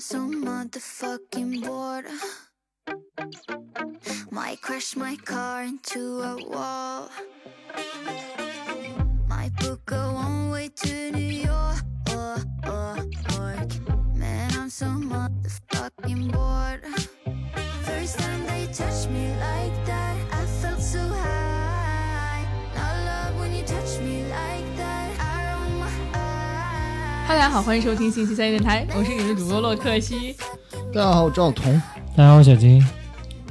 so motherfucking bored. Might crash my car into a wall. Might book a one way to New York. Man, I'm so motherfucking bored. First time they touched me like that, I felt so high. Not love when you touch me like that. I roll my eyes. 哈喽，大家好，欢迎收听星期三电台，我是你们的主播洛克西。大家好，我赵彤，大家好，我小金。哦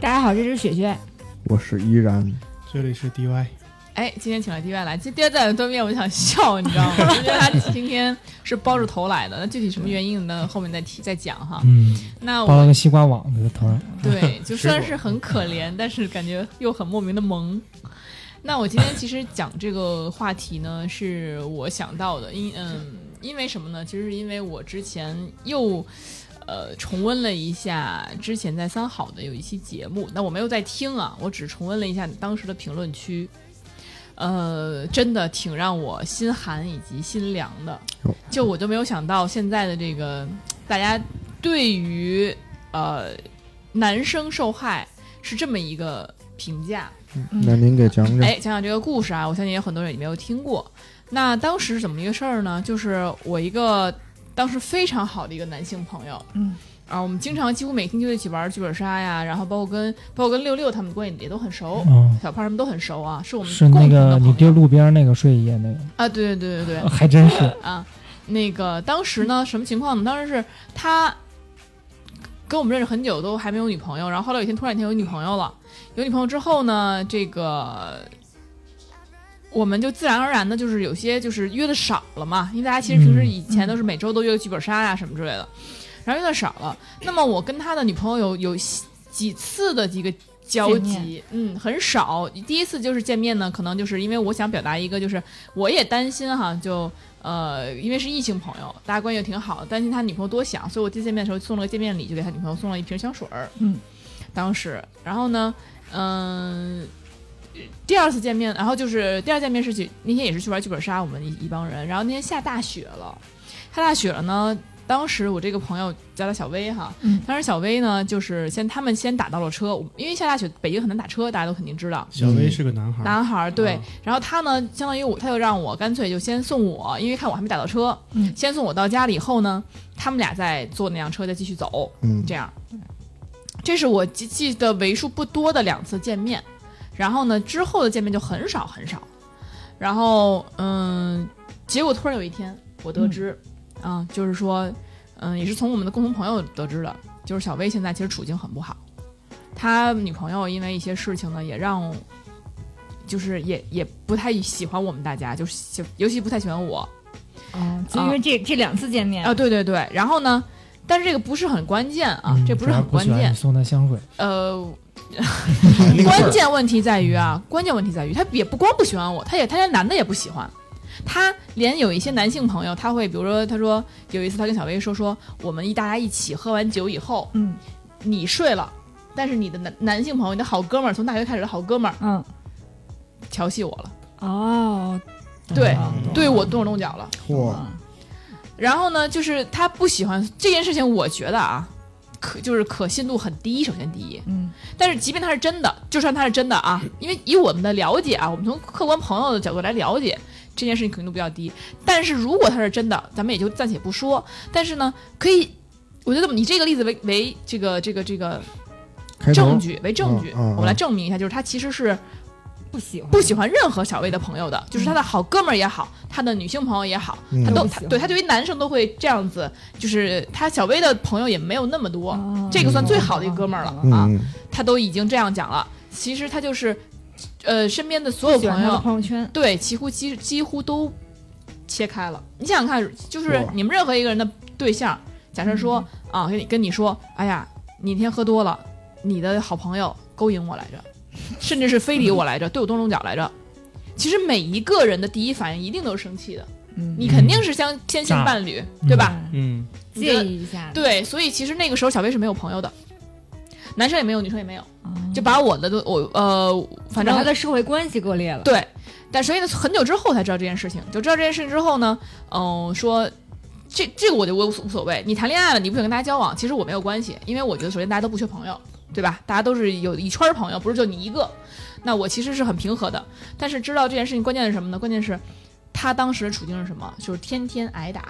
大家好，这是雪雪。我是依然。这里是 DY，哎，今天请了 D Y 来，其实 D Y 在我对面，我就想笑，你知 道吗？因为他今天是包着头来的，那具体什么原因呢？后面再提再讲哈。嗯，那包我了个西瓜网子在头上。对，就虽然是很可怜，但是感觉又很莫名的萌。那我今天其实讲这个话题呢，是我想到的，因嗯，因为什么呢？其实是因为我之前又呃重温了一下之前在三好的有一期节目，那我没有在听啊，我只重温了一下当时的评论区。呃，真的挺让我心寒以及心凉的哟，就我都没有想到现在的这个大家对于呃男生受害是这么一个评价。嗯那您给讲讲，哎，讲讲这个故事啊，我相信有很多人也没有听过。那当时是怎么一个事儿呢？就是我一个当时非常好的一个男性朋友，嗯，啊，我们经常几乎每天就一起玩剧本杀呀，然后包括跟包括跟六六他们关系也都很熟，嗯，小胖他们都很熟啊，是我们是共那同的个朋你友丢路边那个睡一夜那个， 啊，对对对对对，还真是。啊，那个当时呢，什么情况呢？当时是他跟我们认识很久，都还没有女朋友，然后后来有一天突然间有女朋友了，有女朋友之后呢，这个我们就自然而然的，就是有些就是约的少了嘛，因为大家其实平时嗯以前都是每周都约个剧本杀呀、什么之类的，然后约的少了。那么我跟他的女朋友有有几次的一个交见集，嗯，很少。第一次就是见面呢，可能就是因为我想表达一个，就是我也担心哈，就呃，因为是异性朋友，大家关系也挺好，担心他女朋友多想，所以我第一次见面的时候送了个见面礼，就给他女朋友送了一瓶香水儿。嗯，当时，然后呢，嗯、第二次见面，然后就是第二次见面是去那天也是去玩剧本杀，我们一一帮人，然后那天下大雪了，下大雪了呢。当时我这个朋友叫他小薇哈，嗯当时小薇呢，就是先他们先打到了车，我因为下大雪，北京很难打车，大家都肯定知道。小嗯薇是个男嗯孩，男孩儿对啊，然后他呢，相当于我，他就让我干脆就先送我，因为看我还没打到车，嗯先送我到家里以后呢，他们俩再坐那辆车再继续走，嗯这样。这是我记记得为数不多的两次见面，然后呢，之后的见面就很少很少。然后嗯，结果突然有一天，我得知，啊，就是说，嗯，也是从我们的共同朋友得知的，就是小薇现在其实处境很不好，他女朋友因为一些事情呢，也让。就是也也不太喜欢我们大家，就是尤其不太喜欢我，哦，就因为这、这两次见面，啊，对对对，然后呢，但是这个不是很关键 啊，嗯这不是主要很关喜欢键你，送他香水，呃，另关键问题在于啊， 关键问题在于他也不光不喜欢我，他也他连男的也不喜欢。他连有一些男性朋友，他会比如说，他说有一次他跟小薇说说，我们一大家一起喝完酒以后，嗯你睡了，但是你的男男性朋友，你的好哥们儿，从大学开始的好哥们儿嗯，调戏我了，哦，对啊对我动手动脚了。嚯，然后呢，就是他不喜欢这件事情，我觉得啊，可就是可信度很低。首先第一，嗯但是即便它是真的，就算它是真的啊，因为以我们的了解啊，我们从客观朋友的角度来了解这件事情可能度比较低。但是如果它是真的，咱们也就暂且不说。但是呢，可以，我觉得以这个例子为为这个这个这个开头证据为证据，嗯嗯嗯我们来证明一下，就是他其实是不喜欢，不喜欢任何小薇的朋友的，就是他的好哥们儿也好，他的女性朋友也好，嗯他都都不他喜欢对他对于男生都会这样子，就是他小薇的朋友也没有那么多，哦这个算最好的一个哥们儿了啊。嗯，他都已经这样讲了，其实他就是，呃，身边的所有不喜欢朋他的友，朋友圈，对，几乎几几乎都切开了。你想想看，就是哇你们任何一个人的对象，假设说、嗯啊，跟你跟你说，哎呀，你那天喝多了，你的好朋友勾引我来着，甚至是非礼我来 着，对我动手动脚来着。其实每一个人的第一反应一定都是生气的，嗯嗯你肯定是相偏心炸了伴侣，对吧？嗯，你觉得介意一下，对，所以其实那个时候小薇是没有朋友的，男生也没有，女生也没有。哦，就把我的都我呃，反正然后他的社会关系割裂了，对，但所以呢，很久之后才知道这件事情，就知道这件事情之后呢，嗯、说这这个我就我无所无所谓。你谈恋爱了，你不想跟大家交往，其实我没有关系，因为我觉得首先大家都不缺朋友，对吧？大家都是有一圈儿朋友，不是就你一个。那我其实是很平和的，但是知道这件事情关键是什么呢？关键是他当时的处境是什么？就是天天挨打。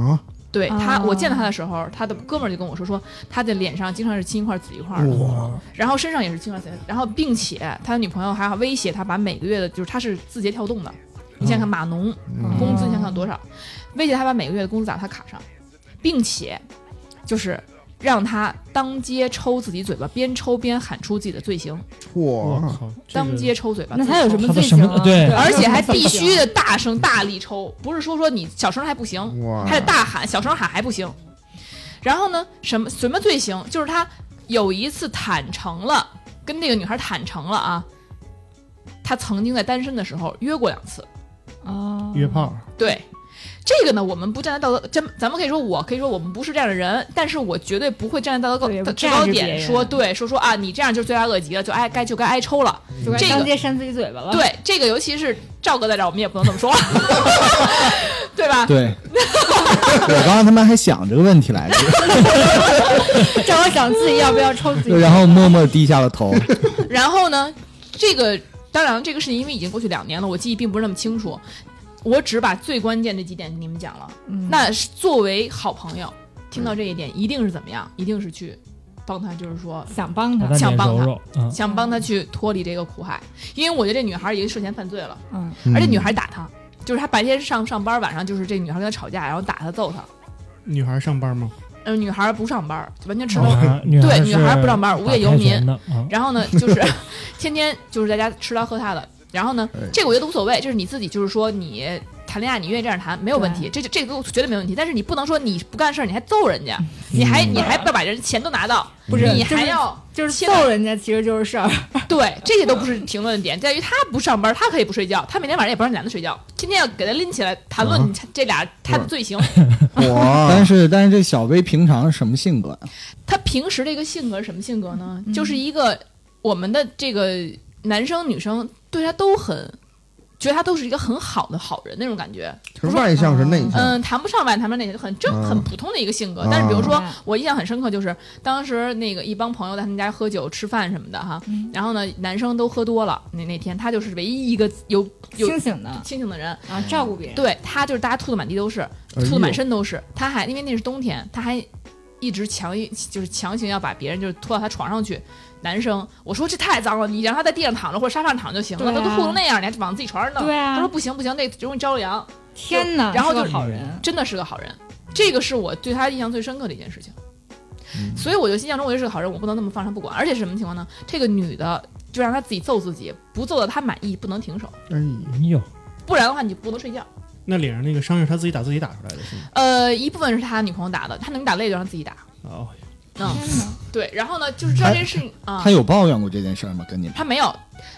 啊，对他，哦我见到他的时候，他的哥们儿就跟我说，说他的脸上经常是青一块紫一块儿的，哇，然后身上也是青一块紫，一块儿然后并且他的女朋友还威胁他把每个月的，就是他是字节跳动的，你想想看码农哦嗯工资，你想想多少，威胁他把每个月的工资打他卡上，并且就是让他当街抽自己嘴巴，边抽边喊出自己的罪行，我哇，靠，这当个街抽嘴巴，那他有什么他罪的行什啊么？对而且 还他有什么必罪行须得大声大力抽，不是说说你小声还不行，啊哇，还得大喊，小声喊还不行。然后呢，什么什么罪行？就是他有一次坦诚了，跟那个女孩坦诚了啊，他曾经在单身的时候约过两次。哦，约炮，对，这个呢，我们不站在道德，咱咱们可以说我，可以说我们不是这样的人，但是我绝对不会站在道德对高不制站高着点别人说对，说说啊，你这样就是罪大恶极了，就挨该就该挨抽了。就该这个当街扇自己嘴巴了。，对，这个尤其是赵哥在这儿，我们也不能这么 说，对吧？ 对， 我刚刚他妈还想这个问题来着， 正好想自己要不要抽自己。然后默默低下了头。然后呢，这个当然这个事情因为已经过去两年了，我记忆并不是那么清楚，我只把最关键的几点跟你们讲了。嗯那是作为好朋友，听到这一点一定是怎么样？一定是去帮他，就是说想帮 把他他，想脸帮揉他揉，嗯，想帮他去脱离这个苦海，因为我觉得这女孩已经涉嫌犯罪了，嗯，嗯而且女孩打他。就是他白天上上班，晚上就是这女孩跟他吵架，然后打他揍他。女孩上班吗？嗯、女孩不上班，完全女吃了孩 女对孩女孩是不上班无打业游泰民拳的啊，然后 呢，就是天天就是在家吃他喝他的。然后呢哎，这个我觉得无所谓，就是你自己，就是说你谈恋爱，你愿意这样谈没有问题，这就这个我绝对没问题。但是你不能说你不干事儿，你还揍人家，你还你还不把人钱都拿到，嗯不是你就是还要 就是切断揍人家其实就是事儿。对，这些都不是评论点，在于他不上班，他可以不睡觉，他每天晚上也不让你男的睡觉，天天要给他拎起来谈啊论你这俩他的罪行。但哇，是啊但是这小薇平常是什么性格啊呀？他平时这个性格是什么性格呢？就是一个我们的这个男生女生对他都很，觉得他都是一个很好的好人那种感觉。就是外向是内向，嗯，谈不上外，谈不上内，就很正、嗯很普通的一个性格。但是比如说，啊我印象很深刻，就是当时那个一帮朋友在他们家喝酒吃饭什么的哈，嗯然后呢，男生都喝多了，那那天他就是唯一一个有有清醒的清醒的人，啊，照顾别人。对他就是大家吐的满地都是，哎呦吐的满身都是。他还因为那是冬天，他还一直强硬，就是强行要把别人就是拖到他床上去。男生，我说这太脏了，你让他在地上躺着或者沙发上躺着就行了，对啊他都吐成那样，你还往自己床上弄。对啊他说不行不行，那容易着凉。天哪！然后是个就好人，真的是个好人，这个是我对他印象最深刻的一件事情。嗯所以我就印象中我就是个好人，我不能那么放他不管。而且是什么情况呢？这个女的就让他自己揍自己，不揍到他满意不能停手，哎嗯哟，不然的话你就不能睡觉。那脸上那个伤是他自己打自己打出来的，是吗？呃，一部分是他女朋友打的，他能打累就让自己打。哦，嗯，天哪！对。然后呢，就是知道这件事情啊他，有抱怨过这件事儿吗？跟你们？他没有，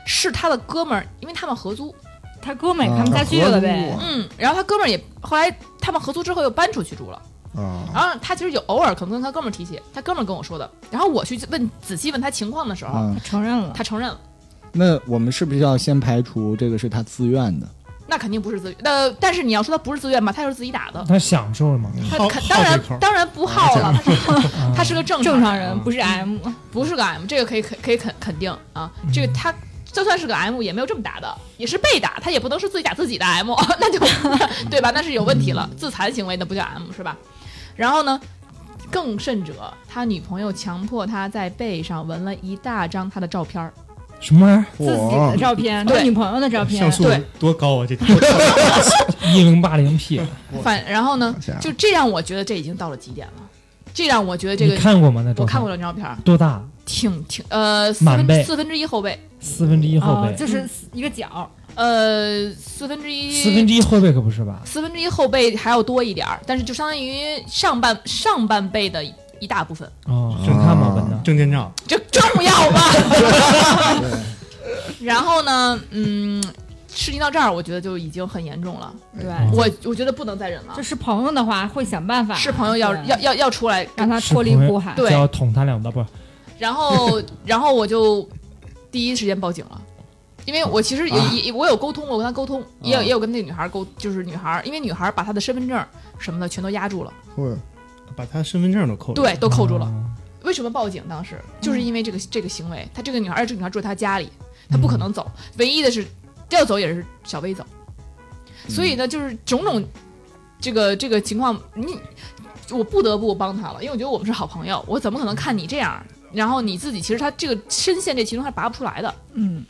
是他的哥们儿，因为他们合租。他哥们也看不下去了呗。啊嗯，然后他哥们儿也后来他们合租之后又搬出去住了。啊，然后他其实有偶尔可能跟他哥们儿提起，他哥们儿跟我说的。然后我去问仔细问他情况的时候，嗯啊他，承认了，他承认了，那我们是不是要先排除这个是他自愿的？那肯定不是自愿。呃，但是你要说他不是自愿吧，他就是自己打的。他享受了吗？他好肯好当然这口儿当然不好了，他是啊他是个正正常常人，人不是嗯 M。不是个 M，这个可以肯可以肯肯定啊。这嗯个他就算是个 M，也没有这么打的，也是被打，他也不能是自己打自己的 M，那 就对吧？那是有问题了，自残行为那不叫 M 是吧？然后呢，更甚者，他女朋友强迫他在背上纹了一大张他的照片儿。什么玩意自己的照片，对都是女朋友的照片像，素对多 高啊！这儿？一零八零 P，反然后呢好家，伙就这让我觉得这已经到了极点了。这让我觉得这你个，看过吗？那照我片看过这张照片儿，多大？挺挺呃四满分背四分之一后背，四分之一后哦，背，就是一个角，呃四分之一四分之一后背可不是吧？四分之一后背还要多一点儿，但是就相当于上半上半背的一大部分，哦，好看吗？啊文的，证件照，这重要 吗？然后呢，嗯，事情到这儿，我觉得就已经很严重了，对，我我觉得不能再忍了就。是朋友的话会想办法，嗯是朋友要对要要要出来，让他脱离苦海，对就要捅他两刀，不是 然后然后我就第一时间报警了。因为我其实啊也、也我有沟通，我跟他沟通，也有、啊也有跟那女孩沟，就是女孩，因为女孩把她的身份证什么的全都压住了，哦会把他身份证都扣了。对，都扣住了。啊为什么报警？当时就是因为这个、这个行为，她这个女孩，而且这个女孩住在她家里，她不可能走，唯一的是要走也是小薇走，所以呢，就是种种这个这个情况，你我不得不帮她了，因为我觉得我们是好朋友，我怎么可能看你这样？然后你自己其实她这个深陷这其中，她拔不出来的。嗯，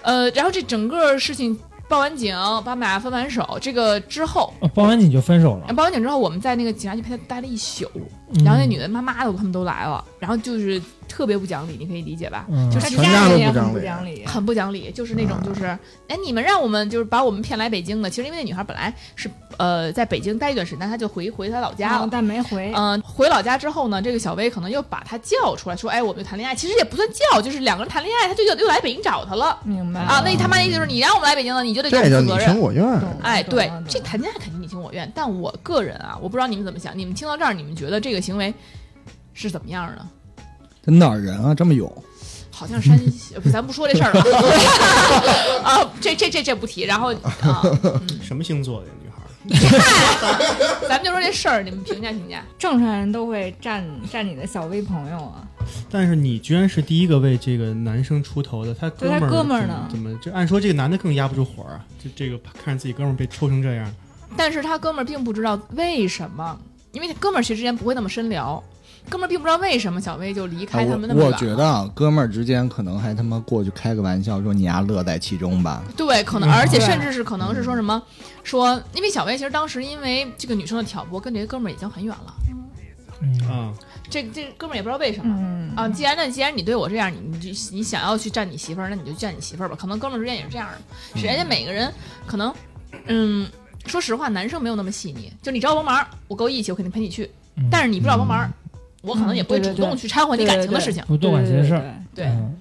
呃，然后这整个事情报完警，把买卖分完手，这个之后，哦报完警就分手了，报完警之后，我们在那个警察局陪他待了一宿，嗯嗯然后那女的妈妈都他们都来了，然后就是特别不讲理，你可以理解吧？嗯就是他全家家都人不也很长不脸讲理，很不讲理，就是那种就是，哎，你们让我们就是把我们骗来北京的。其实因为那女孩本来是呃在北京待一段时间，她就回回她老家然后了。但没回，嗯、回老家之后呢，这个小薇可能又把她叫出来，说，哎，我们就谈恋爱。其实也不算叫，就是两个人谈恋爱，她就又又来北京找她了。明白啊，那他妈的意思就是你让我们来北京了，你就得给我这叫们你负责任情。我愿。懂哎，懂对了，这懂了谈恋爱肯定你情我愿，但我个人啊，我不知道你们怎么想。你们听到这儿，你们觉得这个行为是怎么样呢？这哪儿人啊，这么勇？好像山西，呃不咱不说这事儿了 啊，这这这这不提。然后啊，什么星座的女孩？咱们就说这事儿，你们评价评价。正常人都会站站你的小微朋友啊，但是你居然是第一个为这个男生出头的，他哥们儿对他哥们儿怎么呢怎么这按说这个男的更压不住火啊？这这个看着自己哥们儿被抽成这样，但是他哥们儿并不知道为什么，因为他哥们儿其实之间不会那么深聊，哥们儿并不知道为什么小薇就离啊开他们那我么远我了。觉得啊，哥们儿之间可能还他妈过去开个玩笑，说你丫乐在其中吧。对，可能，嗯而且对甚至是可能是说什么，说因为小薇其实当时因为这个女生的挑拨，跟这个哥们儿已经很远了。嗯啊，这这哥们儿也不知道为什么、嗯啊。既然那既然你对我这样，你你就你想要去占你媳妇儿，那你就占你媳妇儿吧。可能哥们儿之间也是这样的，人家每个人可能，嗯，说实话，男生没有那么细腻。就你找我帮忙，我跟我一起，我肯定陪你去。嗯但是你不找我帮忙，我可能也不会嗯对主对动去掺和你对感对情的对事情。不多管闲事儿。儿，对嗯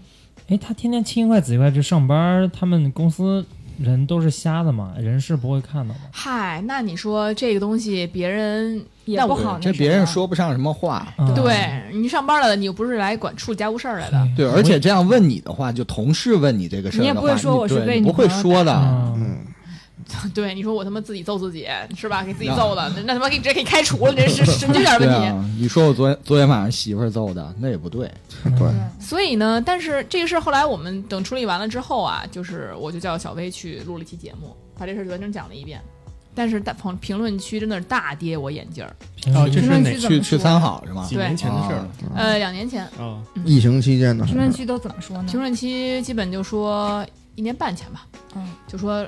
哎，他天天青一块紫一块去上班，他们公司人都是瞎的嘛，人是不会看的嘛。嗨，那你说这个东西，别人也那不我好那这什别人么说不上什么话。嗯对你上班来了，你又不是来管处理家务事儿来的。对，而且这样问你的话，就同事问你这个事儿的话，你也不会说我是对被女你不会朋友说的。嗯，嗯， 对，你说我他妈自己揍自己是吧？给自己揍的，那那他妈给你直接给你开除了，这是神经点儿对问题。啊，你说我昨天昨天晚上媳妇儿揍的，那也不对。对，所以呢，但是这个事儿后来我们等处理完了之后啊，就是我就叫小薇去录了一期节目，把这事儿完整讲了一遍。但是大评评论区真的是大跌我眼镜儿。平哦，时这评是论哪区怎去么去说三好是吗？啊几年前的事儿了嗯呃，两年前啊？疫情期间呢，评论区都怎么说呢？评论区基本就说一年半前吧，嗯就说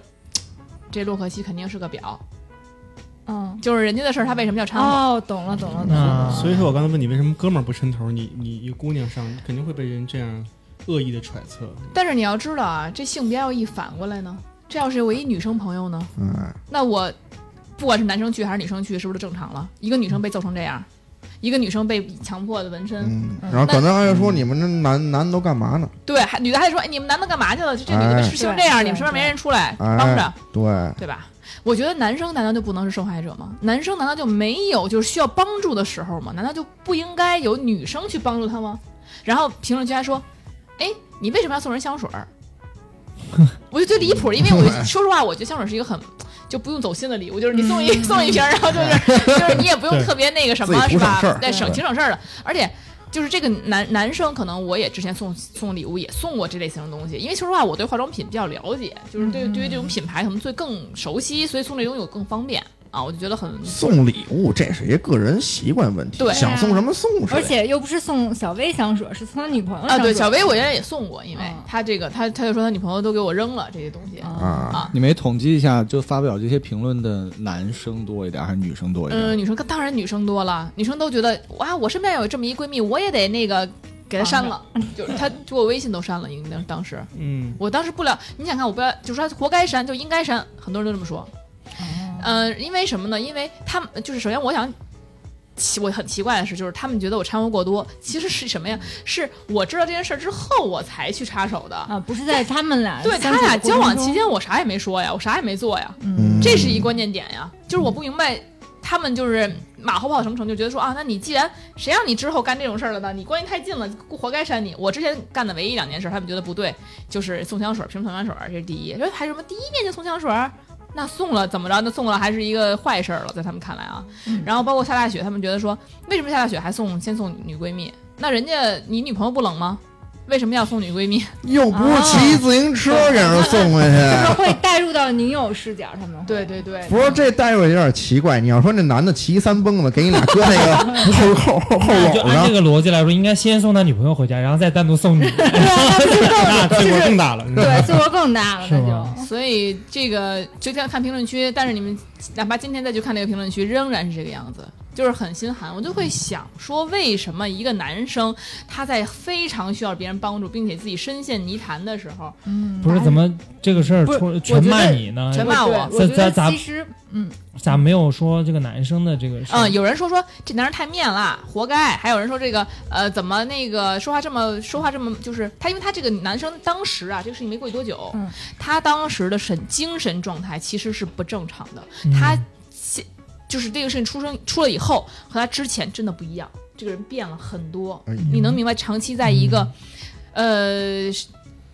这洛克希肯定是个婊，嗯，就是人家的事儿他为什么要掺和？哦，懂了懂了懂啊了，所以说我刚才问你为什么哥们儿不伸头，你你一个姑娘上肯定会被人这样恶意的揣测。但是你要知道啊，这性别要一反过来呢，这要是我一女生朋友呢，嗯，那我不管是男生去还是女生去，是不是就正常了？一个女生被揍成这样，一个女生被强迫的纹身，嗯，然后可能还要说你们这男男的都干嘛呢？对，还女的还说、哎、你们男的干嘛去了？这这女的被哎是成这样，对你们身边对没人出来哎帮着，对，对吧？我觉得男生难道就不能是受害者吗？男生难道就没有就是需要帮助的时候吗？难道就不应该有女生去帮助他吗？然后评论区还说，哎，你为什么要送人香水儿？ 我就觉得离谱，因为 我就说实话，我觉得香水是一个很就不用走心的礼物，就是你送一、送一瓶，然后就是就是你也不用对特别那个什自己么，图是吧省事儿？对，省对挺省事儿的，而且。就是这个男男生，可能我也之前送送礼物也送过这类型的东西，因为说实话，我对化妆品比较了解，就是对对于这种品牌可能最更熟悉，所以送这种有更方便啊，我就觉得很送礼物这是一个人习惯问题，对啊想送什么送什么。而且又不是送小薇香水，是送他女朋友啊，对，小薇薇我原来也送过，因为嗯她这个她她就说她女朋友都给我扔了这些东西，啊，啊，你没统计一下，就发表这些评论的男生多一点还是女生多一点？嗯，女生当然女生多了，女生都觉得哇，我身边有这么一闺蜜，我也得那个给她删了，就是她给我微信都删了，应该当时嗯，我当时不了，你想看我不要，就说她活该删就应该删，很多人都这么说。哦嗯、因为什么呢？因为他们就是首先我想。奇，我很奇怪的是，就是他们觉得我掺和过多，其实是什么呀？是我知道这件事儿之后，我才去插手的。啊，不是在他们俩对相他处俩的过交往程期中，间，我啥也没说呀，我啥也没做呀，嗯这是一关键点呀。就是我不明白，他们就是马后炮什么程度，就觉得说啊，那你既然谁让你之后干这种事儿了呢？你关系太近了，活该删你。我之前干的唯一两件事，他们觉得不对，就是送香水，凭什么送香水儿啊这是第一，说还什么第一面就送香水儿，那送了怎么着？那送了还是一个坏事儿了，在他们看来啊。嗯然后包括下大雪，他们觉得说，为什么下大雪还送先送女闺蜜？那人家你女朋友不冷吗？为什么要送女闺蜜？嗯又不是骑自行车哦给人送回就是 去，会带入到女友视角，他们会对对对，不是这待遇有点奇怪。你要说那男的骑三蹦子，给你俩搁那个 后后后后那就按篓这上，个逻辑来说，应该先送他女朋友回家，然后再单独送你。对啊，那不就那更罪就过是更大了。是吧对罪过更大了，是那吗就所以这个就这样看评论区，但是你们哪怕今天再去看这个评论区，仍然是这个样子，就是很心寒。我就会想说，为什么一个男生他在非常需要别人帮助，并且自己深陷泥潭的时候，不是怎么这个事儿不是出我全觉得骂你呢？全骂我对嗯哎我觉咱得咱其实咋没有说这个男生的这个事儿？嗯，有人说说这男人太面了，活该；还有人说这个呃怎么那个说话这么说话这么就是他，因为他这个男生当时啊，这个事情没过去多久，嗯他当时的神精神状态其实是不正常的，嗯他现就是这个事情出生出了以后和他之前真的不一样，这个人变了很多。哎呀你嗯能明白，长期在一个，呃，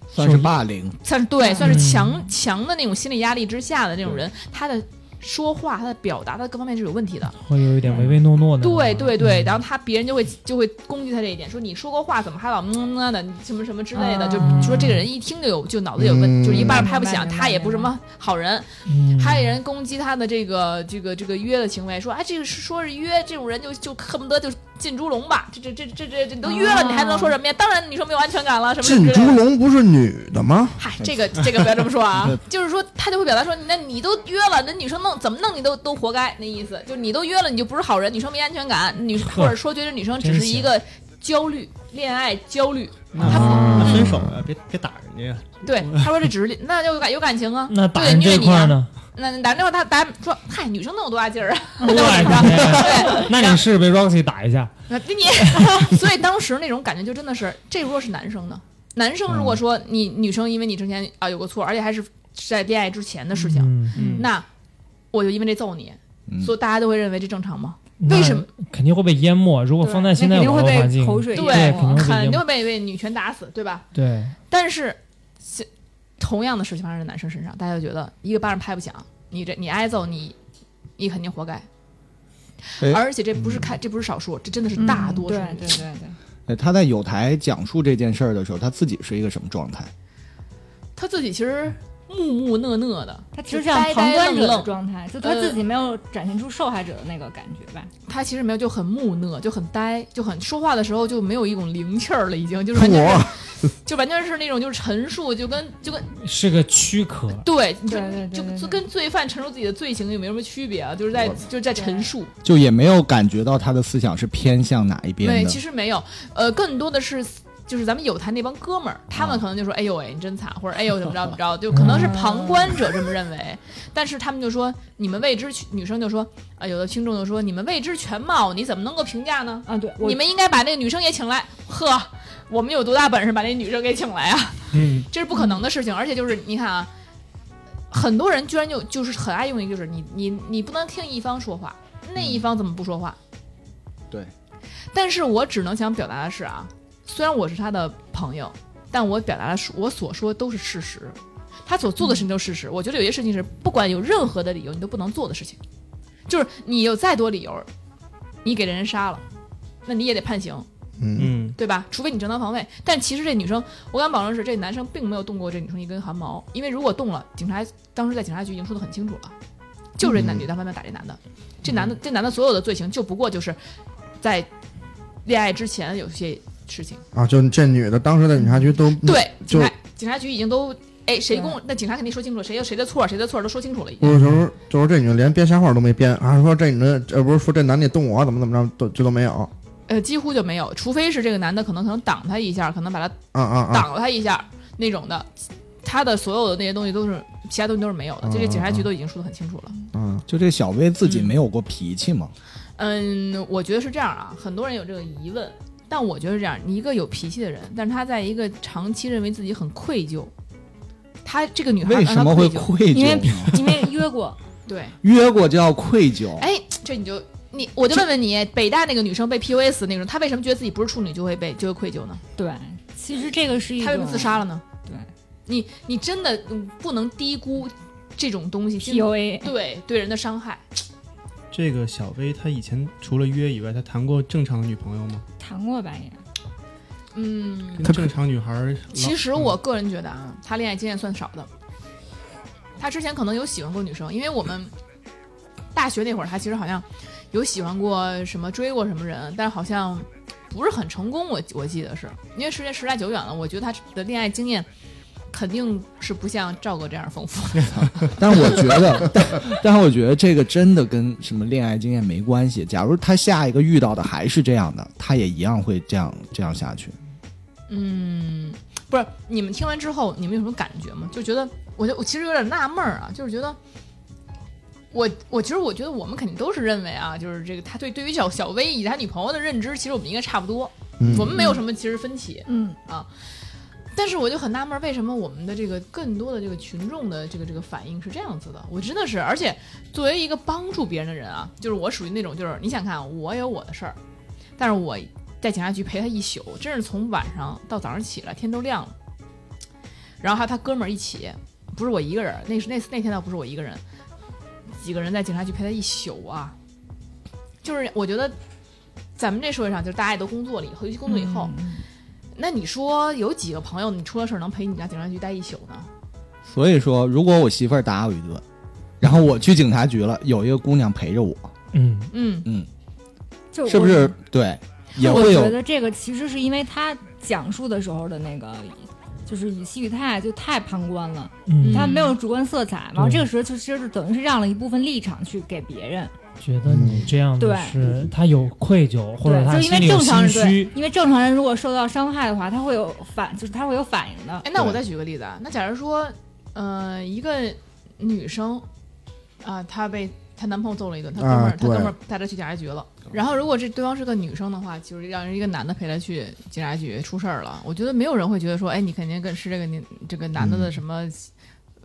算是霸凌，算是对，算是嗯强、强的那种心理压力之下的那种人，他的说话、他的表达、他的各方面是有问题的。会有一点唯唯诺诺的。嗯对对对，然后后他别人就会就会攻击他这一点，说你说过话怎么还老嗯嗯啊的什么什么之类的，就啊就说这个人一听就有就脑子有问，嗯就是一巴掌拍不响，明白明白他也不是什么好人。嗯还有人攻击他的这个这个这个约的行为，说哎，这个是说是约这种人就就恨不得就进猪笼吧，这这这这这这都约了，哦你还能说什么呀？当然你说没有安全感了什么啊之进类猪的。笼不是女的吗？嗨，这个这个不要这么说啊，就是说他就会表达说，那你都约了，那女生弄怎么弄你都都活该，那意思就是你都约了，你就不是好人，女生没安全感，女呵或者说觉得女生只真是一行个焦虑恋爱焦虑，那嗯分手啊，别别打人家呀。对他说这只是那就有感有感情啊，那打对人虐这一你块啊，呢？那那打那会儿他打说，嗨，女生能有多大劲儿啊？我天！ 那你试试被 Roxy 打一下，那呃你， 所以当时那种感觉就真的是，这如果是男生呢？男生如果嗯说你女生因为你之前啊有个错，而且还是在恋爱之前的事情，嗯，嗯，那我就因为这揍你，嗯所以大家都会认为这正常吗？那为什么肯定会被淹没？如果放在现在那肯定网会络环被境，口水对淹肯定肯定没会被淹没。会被被女权打死，对吧？对，但是，是同样的事情发生在男生身上，大家就觉得一个巴掌拍不响，你这你挨揍你，你肯定活该。哎而且这不是看，这不是少数，这真的是大多数。嗯对对对对，呃他在有台讲述这件事儿的时候，他自己是一个什么状态？他自己其实木木讷讷的，他只是就呆呆像旁观者愣的愣状态，就他呃自己没有展现出受害者的那个感觉吧？他其实没有，就很木讷，就很呆，就很说话的时候就没有一种灵气儿了，已经就是完全我是就完全是那种就是陈述，就跟就跟是个躯壳。对对对就对对就对就跟罪犯陈述自己的罪行有没有什么区别啊？就是在就是在陈述， 就也没有感觉到他的思想是偏向哪一边对，的。其实没有，呃，更多的是。就是咱们有台那帮哥们儿，他们可能就说：“哎呦喂，你真惨，或者哎呦怎么着怎么着，就可能是嗯旁观者这么认为。但是他们就说，你们未知女生就说，啊、有的听众就说，你们未知全貌，你怎么能够评价呢？啊，对，我你们应该把那个女生也请来。呵，我们有多大本事把那女生给请来啊？嗯，这是不可能的事情。而且就是你看啊，很多人居然就就是很爱用一个，就是你你你不能听一方说话，那一方怎么不说话？对。但是我只能想表达的是啊，虽然我是他的朋友，但我表达的是我所说都是事实，他所做的事情都是事实。我觉得有些事情是不管有任何的理由你都不能做的事情，就是你有再多理由，你给人杀了，那你也得判刑。嗯，嗯，对吧？除非你正当防卫，但其实这女生，我敢保证是这男生并没有动过这女生一根汗毛，因为如果动了，警察当时在警察局已经说得很清楚了，就是这男女单方面打这男的，这男的这男的所有的罪行就不过就是在恋爱之前有些事情，啊，就这女的当时在警察局都对，警嗯就察警察局已经都哎谁供，那警察肯定说清楚谁有谁的错，谁的错都说清楚了已不经。是，就是就是这女的连编瞎话都没编，啊，说这女的，呃，不是说这男的动我怎么怎么着，都这都没有，呃，几乎就没有，除非是这个男的可能可能挡他一下，可能把他啊啊啊，挡了他一下那种的，他的所有的那些东西都是其他东西都是没有的，嗯这个警察局都已经说的很清楚了。嗯，就这小薇自己没有过脾气嘛，嗯，我觉得是这样啊，很多人有这个疑问，但我觉得是这样，你一个有脾气的人，但是他在一个长期认为自己很愧疚，他这个女孩为让什他么会愧疚？愧因为疚呢？因为约过，对，约过就要愧疚，哎，这你就你，我就问问你，北大那个女生被 PUA 死那种，她为什么觉得自己不是处女就会被就会愧疚呢？对，其实这个是一她为什种么自杀了呢？对，你你真的嗯不能低估这种东西 PUA，对对人的伤害。这个小薇她以前除了约以外，她谈过正常的女朋友吗？谈过吧也，嗯，跟正常女孩儿老，嗯其实我个人觉得啊，他恋爱经验算少的。他之前可能有喜欢过女生，因为我们大学那会儿，他其实好像有喜欢过什么追过什么人，但是好像不是很成功。我我记得是因为时间时代久远了，我觉得他的恋爱经验肯定是不像赵哥这样丰富。但是我觉得，但但是我觉得这个真的跟什么恋爱经验没关系。假如他下一个遇到的还是这样的，他也一样会这样这样下去。嗯，不是，你们听完之后，你们有什么感觉吗？就觉得，我就我其实有点纳闷儿啊，就是觉得，我我其实我觉得我们肯定都是认为啊，就是这个他对对于小小薇以及他女朋友的认知，其实我们应该差不多，嗯我们没有什么其实分歧。嗯，但是我就很纳闷儿，为什么我们的这个更多的这个群众的这个这个反应是这样子的？我真的是，而且作为一个帮助别人的人啊，就是我属于那种，就是你想看，我有我的事儿，但是我在警察局陪他一宿，真是从晚上到早上起来，天都亮了。然后还有他哥们儿一起，不是我一个人，那是那那天倒不是我一个人，几个人在警察局陪他一宿啊。就是我觉得咱们这社会上，就是大家也都工作了以后，尤其工作以嗯后，嗯那你说有几个朋友，你出了事儿能陪你在警察局待一宿呢？所以说，如果我媳妇儿打我一顿，然后我去警察局了，有一个姑娘陪着我，嗯，嗯，就我是不是？对，也我会觉有得这个其实是因为他讲述的时候的那个，就是语气语态就太旁观了，嗯，他嗯没有主观色彩。然后对这个时候就其实就等于是让了一部分立场去给别人，觉得你这样的对是他有愧疚，或者对，他就因心里为有正常心人对虚，，因为正常人如果受到伤害的话，他会有反，就是他会有反应的。哎，那我对再举个例子啊，那假如说，呃，一个女生啊、她被她男朋友揍了一顿，她哥们儿、啊她哥对们儿带她去警察局了。然后如果这对方是个女生的话，就是让人一个男的陪她去警察局出事儿了，我觉得没有人会觉得说，哎，你肯定跟是这个你这个男的的什么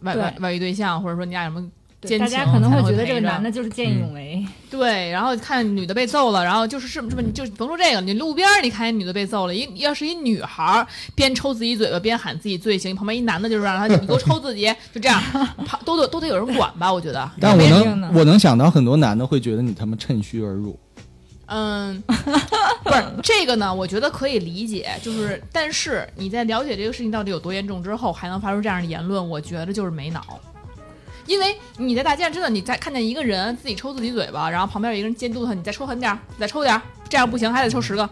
外、外对外遇对象，或者说你俩什么。对奸大家情可能才会会觉得陪这个着男的就是见义嗯勇为，对，然后看女的被揍了，然后就是是不是你就甭说这个，你路边儿你看见女的被揍了，一要是一女孩儿边抽自己嘴巴边喊自己罪行，旁边一男的就是让他你给我抽自己，就这样，旁都得都得有人管吧，我觉得，但我没有呢能我能想到很多男的会觉得你他妈趁虚而入，嗯，不是这个呢，我觉得可以理解，就是但是你在了解这个事情到底有多严重之后，还能发出这样的言论，我觉得就是没脑。因为你在大街上真的，你在看见一个人自己抽自己嘴巴，然后旁边有一个人监督他，你再抽狠点儿，你再抽点儿，这样不行，还得抽十个。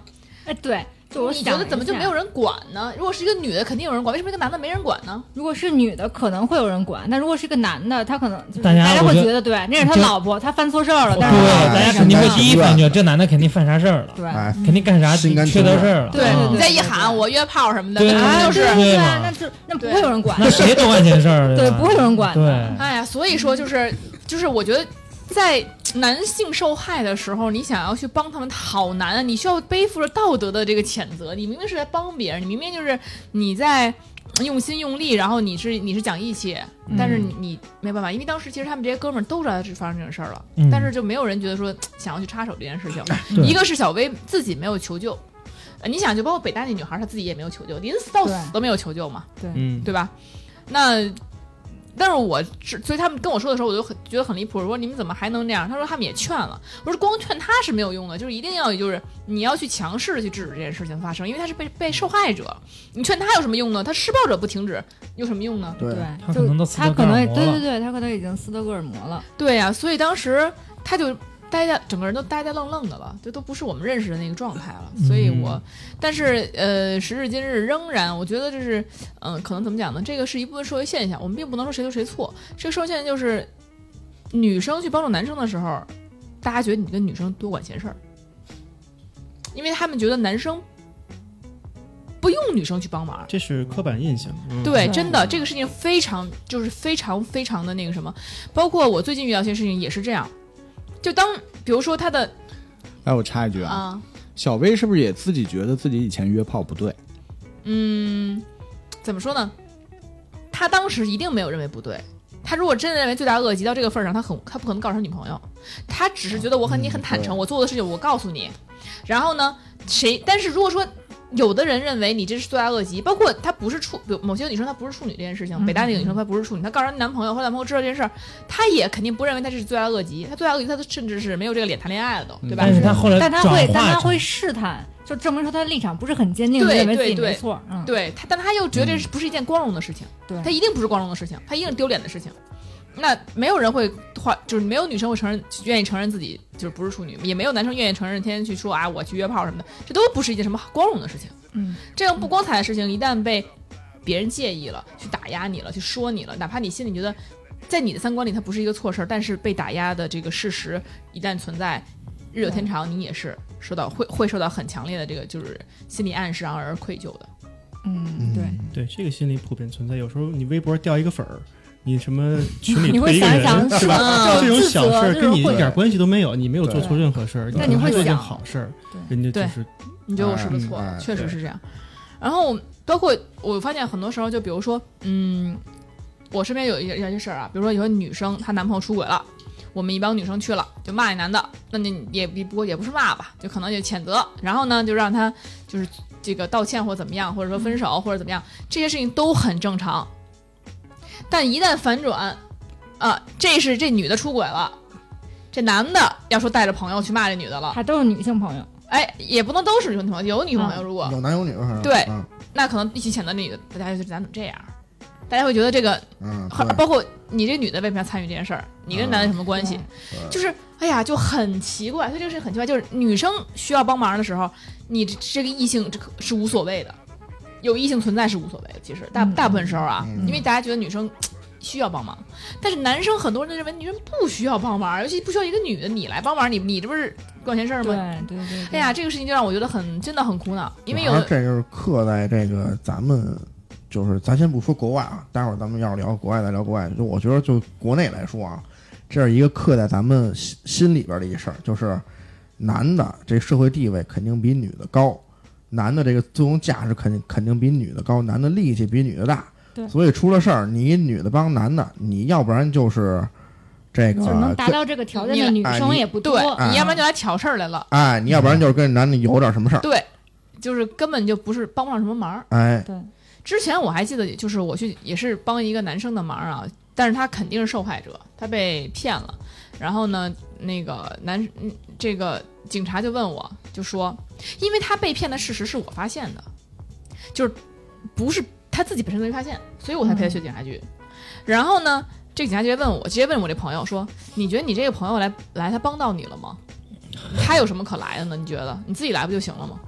哎，对，就我你觉想得怎么就了一没下有？人管呢？如果是一个女的，肯定有人管，为什么一个男的没人管呢？如果是女的，可能会有人管；但如果是一个男的，他可能就是大家大家我会觉得觉得，对，那是他就老婆，他犯错事儿了，对，但是他大家肯定会第一反应觉得这男的肯定犯啥事儿了，对哎，肯定干啥心甘缺情德愿事儿了，对嗯你再一喊我约炮什么的，那就是。对对对嘛啊，那就那不会有人管那的，谁多管闲事儿？对，吧不会有人管的。对，哎呀，所以说就是就是，我觉得在男性受害的时候，你想要去帮他们好难啊！你需要背负着道德的这个谴责，你明明是在帮别人，你明明就是你在嗯用心用力，然后你是你是讲义气，嗯但是你你没办法，因为当时其实他们这些哥们儿都知道是发生这种事儿了，嗯但是就没有人觉得说想要去插手这件事 情。对一个是小薇自己没有求救。呃你想，就包括北大那女孩，她自己也没有求救，临死到死对都没有求救嘛。嗯，对吧？那但是我是，所以他们跟我说的时候，我就很觉得很离谱。我说你们怎么还能这样？他说他们也劝了。我说光劝他是没有用的，就是一定要就是你要去强势的去制止这件事情发生，因为他是被被受害者，你劝他有什么用呢？他施暴者不停止有什么用呢？对对，他就可能都斯他德哥可尔能摩对了对对，他可能已经斯德哥尔摩了。对呀、所以当时他就呆呆，整个人都呆呆愣愣的了，这都不是我们认识的那个状态了。所以我，但是呃，时至今日仍然，我觉得这是，嗯、可能怎么讲呢？这个是一部分社会现象，我们并不能说谁对谁错。这个社会现象就是，女生去帮助男生的时候，大家觉得你跟女生多管闲事儿，因为他们觉得男生不用女生去帮忙。这是刻板印象。嗯、对，对真的这个事情非常就是非常非常的那个什么，包括我最近遇到一些事情也是这样，就当比如说他的哎，我插一句啊，啊、小薇是不是也自己觉得自己以前约炮不对？嗯，怎么说呢？他当时一定没有认为不对，他如果真的认为罪大恶极到这个份儿上，他很他不可能告诉他女朋友，他只是觉得我很你很坦诚，我做的事情我告诉你。然后呢，谁？但是如果说有的人认为你这是罪大恶极，包括她不是处，比如某些女生她不是处女这件事情，嗯北大那个女生她不是处女，她告诉她男朋友，后来男朋友知道这件事儿，她也肯定不认为她这是罪大恶极，她罪大恶极，她都甚至是没有这个脸谈恋爱了都，对吧？但是他后来但他转会，化但他成会试探，就证明说他的立场不是很坚定，对认为自己对没错。嗯，对他，但他又觉得这是不是一件光荣的事情，对他一定不是光荣的事情，他一定是丢脸的事情。那没有人会话，就是没有女生会承认，愿意承认自己就是不是处女，也没有男生愿意承认，天天去说啊我去约炮什么的，这都不是一件什么光荣的事情。嗯，这样不光彩的事情一旦被别人介意了，去打压你了，去说你了，哪怕你心里觉得在你的三观里它不是一个错事儿，但是被打压的这个事实一旦存在，日久天长，你也是受到会会受到很强烈的这个就是心理暗示，然后而愧疚的。嗯，对，对，这个心理普遍存在。有时候你微博掉一个粉儿，你什么群里你推会一个想一人，想，是吧？吧这种小事儿跟你一会点关系都没有，你没有做错任何事儿，对可能还但你会做一件想好事儿，对人家就对是你觉得我是不是嗯错了？哎确实是这样。然后包括我发现很多时候，就比如说，嗯，我身边有一些有些事儿啊，比如说有些女生她男朋友出轨了，我们一帮女生去了，就骂那男的，那你也也不过也不是骂吧，就可能就谴责，然后呢就让他就是这个道歉或怎么样，或者说分手、或者怎么样，这些事情都很正常。但一旦反转，啊，这是这女的出轨了，这男的要说带着朋友去骂这女的了，还都是女性朋友，哎，也不能都是女朋友，有女朋友如果、有男有女，反正对嗯那可能一起谴责那女的，大家就咱怎么这样？大家会觉得这个，嗯，很对包括你这女的为什么要参与这件事儿？你跟男的有什么关系？嗯对就是哎呀，就很奇怪，所以这个事情很奇怪。就是女生需要帮忙的时候，你这这个异性这可是无所谓的，有异性存在是无所谓的。其实大嗯大部分时候啊，嗯因为大家觉得女生。嘖嗯需要帮忙，但是男生很多人都认为女人不需要帮忙，尤其不需要一个女的你来帮忙，你你这不是管闲事儿对吗？对对。哎对呀，，这个事情就让我觉得很真的很苦恼，因为有主要的是这就是刻在这个咱们，就是咱先不说国外啊，待会儿咱们要是聊国外再聊国外。就我觉得就国内来说啊，这是一个刻在咱们心心里边的一事儿，就是男的这社会地位肯定比女的高，男的这个自我价值肯定肯定比女的高，男的力气比女的大。对所以出了事儿，你女的帮男的，你要不然就是这个就是能达跟到这个条件你的女哎生你也不多，对哎你要不然就来挑事儿来了。哎，你要不然就是跟男的有点什么事儿，对，就是根本就不是帮不上什么忙儿。哎，对，之前我还记得，就是我去也是帮一个男生的忙啊，但是他肯定是受害者，他被骗了。然后呢，那个男嗯这个警察就问我，就说，因为他被骗的事实是我发现的，就是不是他自己本身没发现，所以我才陪他去警察局。然后呢，这个警察直接问我，直接问我这朋友说，你觉得你这个朋友来来，他帮到你了吗？他有什么可来的呢？你觉得你自己来不就行了吗？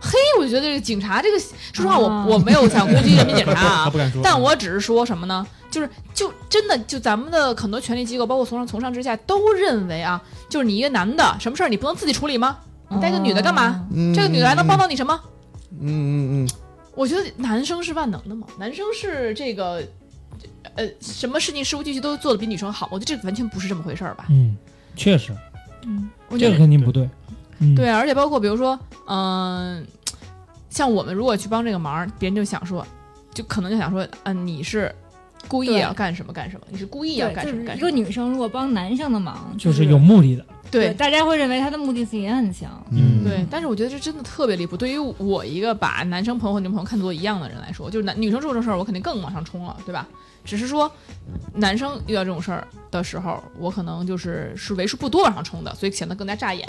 嘿，我就觉得这个警察这个，说实话，啊我我没有想攻击人民警察他啊不，敢说。但我只是说什么呢？就是就真的就咱们的很多权力机构，包括从上从上至下，都认为啊，就是你一个男的，什么事儿你不能自己处理吗？你带个女的干嘛？嗯这个女的还能帮到你什么？嗯嗯嗯，我觉得男生是万能的嘛，男生是这个，呃，什么事情事无巨细都做的比女生好，我觉得这完全不是这么回事儿吧？嗯，确实，我觉这得个肯定不对。嗯，对，而且包括比如说，嗯、像我们如果去帮这个忙，别人就想说，就可能就想说，嗯、你是故意对要干什么干什么，你是故意要对，干就什么是干一什么个，女生如果帮男生的忙，就是是有目的的。对大家会认为她的目的性也很强。嗯对。但是我觉得这真的特别离谱，对于我一个把男生朋友和女朋友看作一样的人来说，就是男女生做这种事儿，我肯定更往上冲了，对吧？只是说，男生遇到这种事儿的时候，我可能就是是为数不多往上冲的，所以显得更加扎眼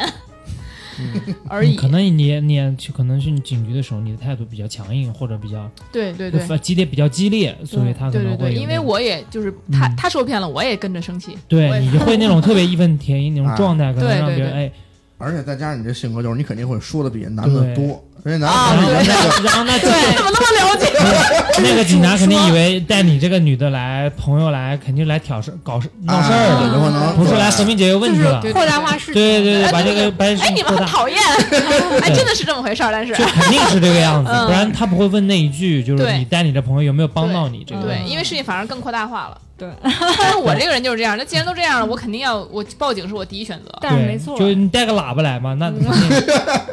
嗯 而已可。能你也你也去，可能去警局的时候，你的态度比较强硬，或者比较对对对，反激烈，比较激烈，所以他可对对能会对，有因为那种我也就是他、嗯他受骗了，我也跟着生气。我对也你就会那种特别义愤填膺那种状态，可能对让对别人对哎，而且再加上你这性格，就是你肯定会说的比男的多，人家啊男的对肯定那个然 后那对，怎么那么 了解？那个警察肯定以为带你这个女的来朋友来，肯定来挑事搞事 闹事啊哎儿有的，可能不是来和平解决问题的。对扩大化市场，对对对，哎把对这个对把这事哎，你情们扩很大， 讨厌，哎，真的是这么回事儿，但是哎就肯定是这个样子，啊嗯不然他不会问那一句，就是对你带你的朋友有没有帮到你这个。对，嗯因为事情反而更扩大化了。对，但是我这个人就是这样，那既然都这样了，我肯定要我报警是我第一选择。但是对没错。就是你带个喇叭来嘛，那肯定人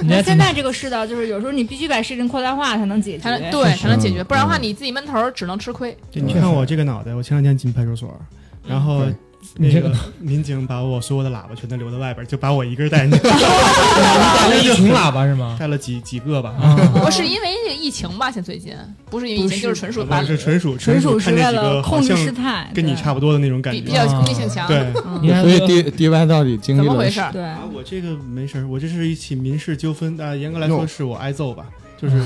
那家现警察在这个世道，就是有时候你必须把事情扩大化才能解决。才能对才能解决，嗯不然的话你自己闷头儿只能吃亏。对你看我这个脑袋，我前两天进派出所，然后对你那这个个 民警把我所有的喇叭全都留在外边，就把我一个人带进去，打了一群喇叭是吗？ 带了几几个吧。啊，我是因为疫情吧，现最近不是因为疫不情，是就是纯属把我是纯属纯属属是看见为几了个控好制像事态，跟你对差不多的那种感比比觉。啊较攻击性强。对，嗯你看所以 D D Y 到底经怎历么回了事？儿？对，啊，我这个没事儿，我这是一起民事纠纷，啊，严格来说哟是我挨揍吧，就是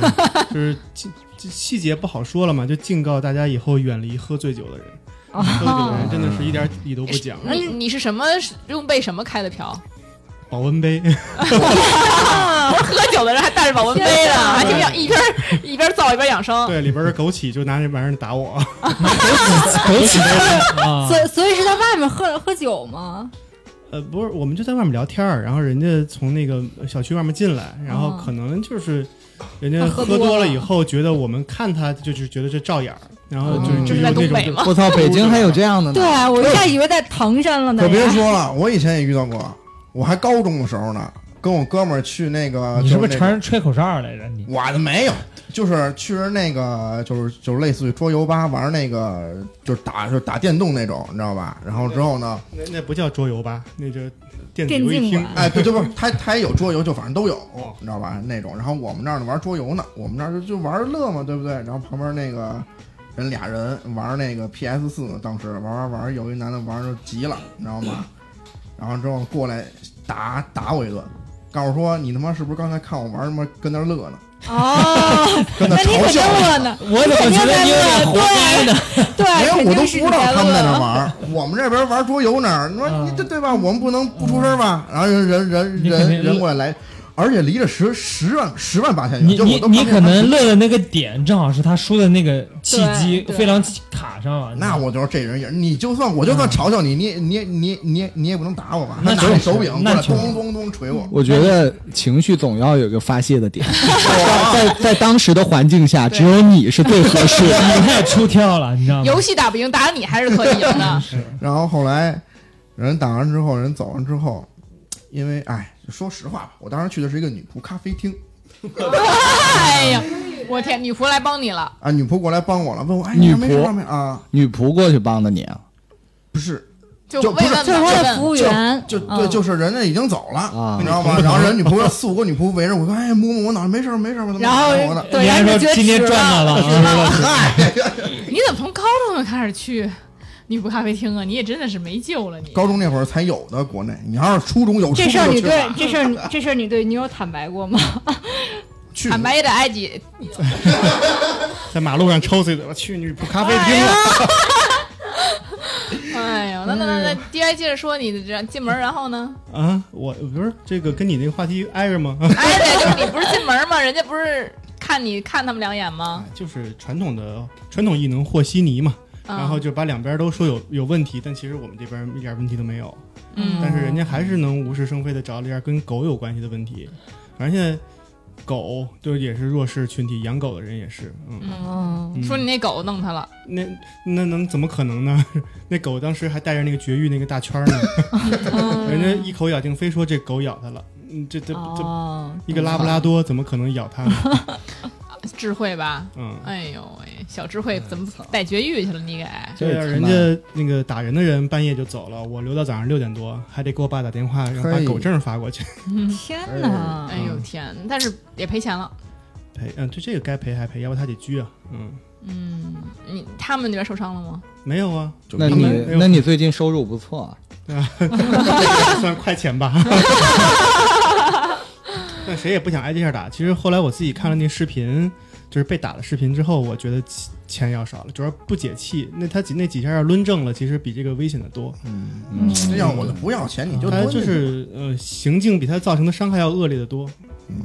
就是细细节不好说了嘛，就警告大家以后远离喝醉酒 的人，喝醉酒的人真的是一点理都不讲，哎你你是什么用被什么开的瓢？保温 杯，不是喝酒的人还带着保温杯 天呢，哪还挺养，一边 一边造一边养哦生。对，里边的枸杞就拿那玩意儿打我，枸杞啊，所以所以是在外面喝喝酒吗？呃，不是，我们就在外面聊天儿，然后人家从那个小区外面进来，然后哦可能就是人家他喝多喝多了了以后，觉得我们看他就是觉得这照眼儿，然后就哦这就是有嗯在那东种北啊就吗？我操，北京还有这样的 呢对，，啊我一下以为在唐山了呢。哎可别说了，我以前也遇到过，我还高中的时候呢，跟我哥们儿去那个，你是不是啊就朝那个人吹口哨来着？你我的没有，就是去人那个，就是就是类似于桌游吧，玩那个就是打就是打电动那种，你知道吧？然后之后呢，那那不叫桌游吧，那就电子电游戏竞厅馆，哎，对对不是，他他也有桌游，就反正都有，你知道吧？那种。然后我们那儿呢玩桌游呢，我们那儿就就玩乐嘛，对不对？然后旁边那个人俩人玩那个 PS 四，当时玩玩玩，有一男的玩就急了，你知道吗？然后之后过来打打我一顿，告诉说你他妈是不是刚才看我玩他妈跟那儿乐呢？哦，跟那那你嘲可真笑我。乐呢？我怎么觉得你有点活该呢？对， 啊没有，哎肯定我都不是知你啊道他们在那乐。玩儿，我们这边玩桌游呢。你说啊你这对吧？我们不能不出声吧？然后人人人嗯你肯定人人过来来，而且离着十十万十万八千你远， 就你我都你看不可见他能乐的那个点，正好是他说的那个契对机对非常卡上了。那我觉得这人也，你就算我就算嘲笑你，你也你也你也你也你也不能打我吧？那他拿着确实手柄过那来确实咚咚咚捶我，我觉得情绪总要有一个发泄 的点，在在当时的环境下，只有你是最合适的。你太出挑了，你知道吗？游戏打不赢，打你还是可以赢的。啊然后后来人打完之后，人走完之后，因为哎，说实话吧，我当时去的是一个女仆咖啡厅哎呀，我天，女仆来帮你了，啊，女仆过来帮我了，问我哎，女你没事仆吧没啊？女仆过去帮的你啊，不是，就就慰不问是就是嘛他慰的服问。务就员，就嗯对，就是人家已经走啊了，你知 道吗？然后人女仆有四五个女仆围着我，说哎，摸摸我脑袋，没事儿没事儿吧？怎么然后摸我呢？对，你还然后说就觉得今天赚到了啊值了。值了嗨，你怎么从高中就开始去女仆咖啡厅啊？你也真的是没救了，你。高中那会儿才有的，国内你要是初中有，这初事中儿就你去对吧这事儿这事儿你对你有坦白过吗？去坦白也得挨几，在马路上抽自己的，我去你不咖啡厅了。哎呀，那那那那 D I 接着说，你这进门然后 呢？啊，我不是这个跟你那个话题挨着吗？哎，对，就是你不是进门吗？人家不是看你看他们两眼吗？ 就是传统的传统艺能和稀泥嘛，嗯、然后就把两边都说有有问题，但其实我们这边一点问题都没有，嗯但是人家还是能无事生非的找了一点跟狗有关系的问题，反正现在狗就是也是弱势群体，养狗的人也是，嗯，嗯，嗯， 嗯说你那狗弄他了，那那能怎么可能呢？ 那狗当时还带着那个绝育那个大 圈儿呢，嗯 人家一口咬定，非说这狗咬它了，嗯，这这这哦，一个拉布拉多怎么可能咬它呢？智慧吧？嗯。哎呦喂，小智慧怎么带绝育去了？你给对这呀，他人妈家那个打人的人半夜就走了，我留到早上六点多，还得给我爸打电话，让把嘿狗证发过去。天哪！哎呦天，但是也赔钱了。赔，嗯，对这个该赔还赔，要不他得拘啊。嗯，嗯，你他们那边受伤了吗？没有啊，就那明你白没有那你最近收入不错啊，算快钱吧。 但谁也不想挨这下打。其实后来我自己看了那视频，就是被打的视频之后，我觉得钱钱要少了，主要不解气。那他几那几下要抡正了，其实比这个危险的多。嗯。嗯，这样我就不要钱，你就他哎蹲就着去是呃，行径比他造成的伤害要恶劣的多。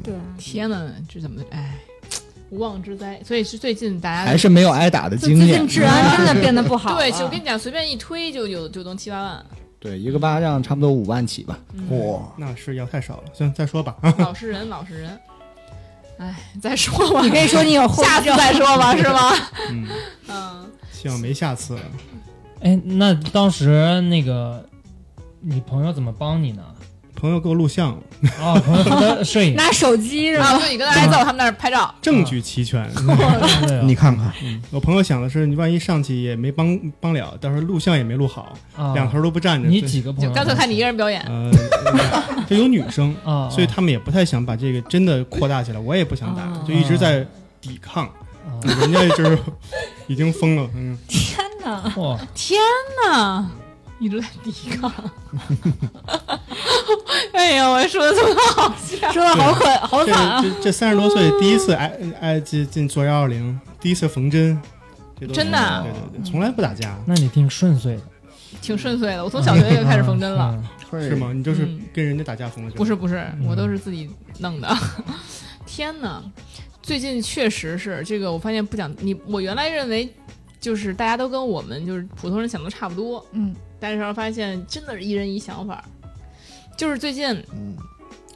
对，天哪，这怎么哎，无妄之灾。所以是最近大家还是没有挨打的就经最近验。治啊安真的变得不好了。对，就我跟你讲，随便一推就有就能七八万。对，一个巴掌差不多五万起吧。哇，那是要太少了，行，再说吧。啊老实人，老实人。哎，再说吧，你可以说你有后遗下次症再说吧，是 吗？嗯，嗯，希望没下次了。哎，那当时那个你朋友怎么帮你呢？朋友给我录像，哦，朋友 的摄影，拿手机是吧？啊，对，你跟大家在他们那儿拍照，证据 齐全。对啊嗯你看看，我朋友想的是，你万一上去也没帮帮了，到时候录像也没录好，啊两头都不站着。你对几个朋就友？干脆看你一个人表演。呃， 就有女生，啊，所以他们也不太想把这个真的扩大起来。我也不想打，啊就一直在抵抗。啊人家就是已经疯了， 嗯，天哪！哇，天哪！你来第一个，哎呀，我说的这么好笑，说的好可好这惨啊！这这三十多岁第一次挨挨进进做幺二零，第一次缝针，这都是真的啊对对对，从来不打架，那你挺顺遂的。挺顺遂的。我从小学就开始缝针了。嗯，是吗？你就是嗯跟人家打架缝的针？不是不是，我都是自己弄的。天哪，最近确实是这个，我发现不讲你，我原来认为就是大家都跟我们就是普通人想的差不多，嗯，但是发现真的是一人一想法儿。就是最近，嗯，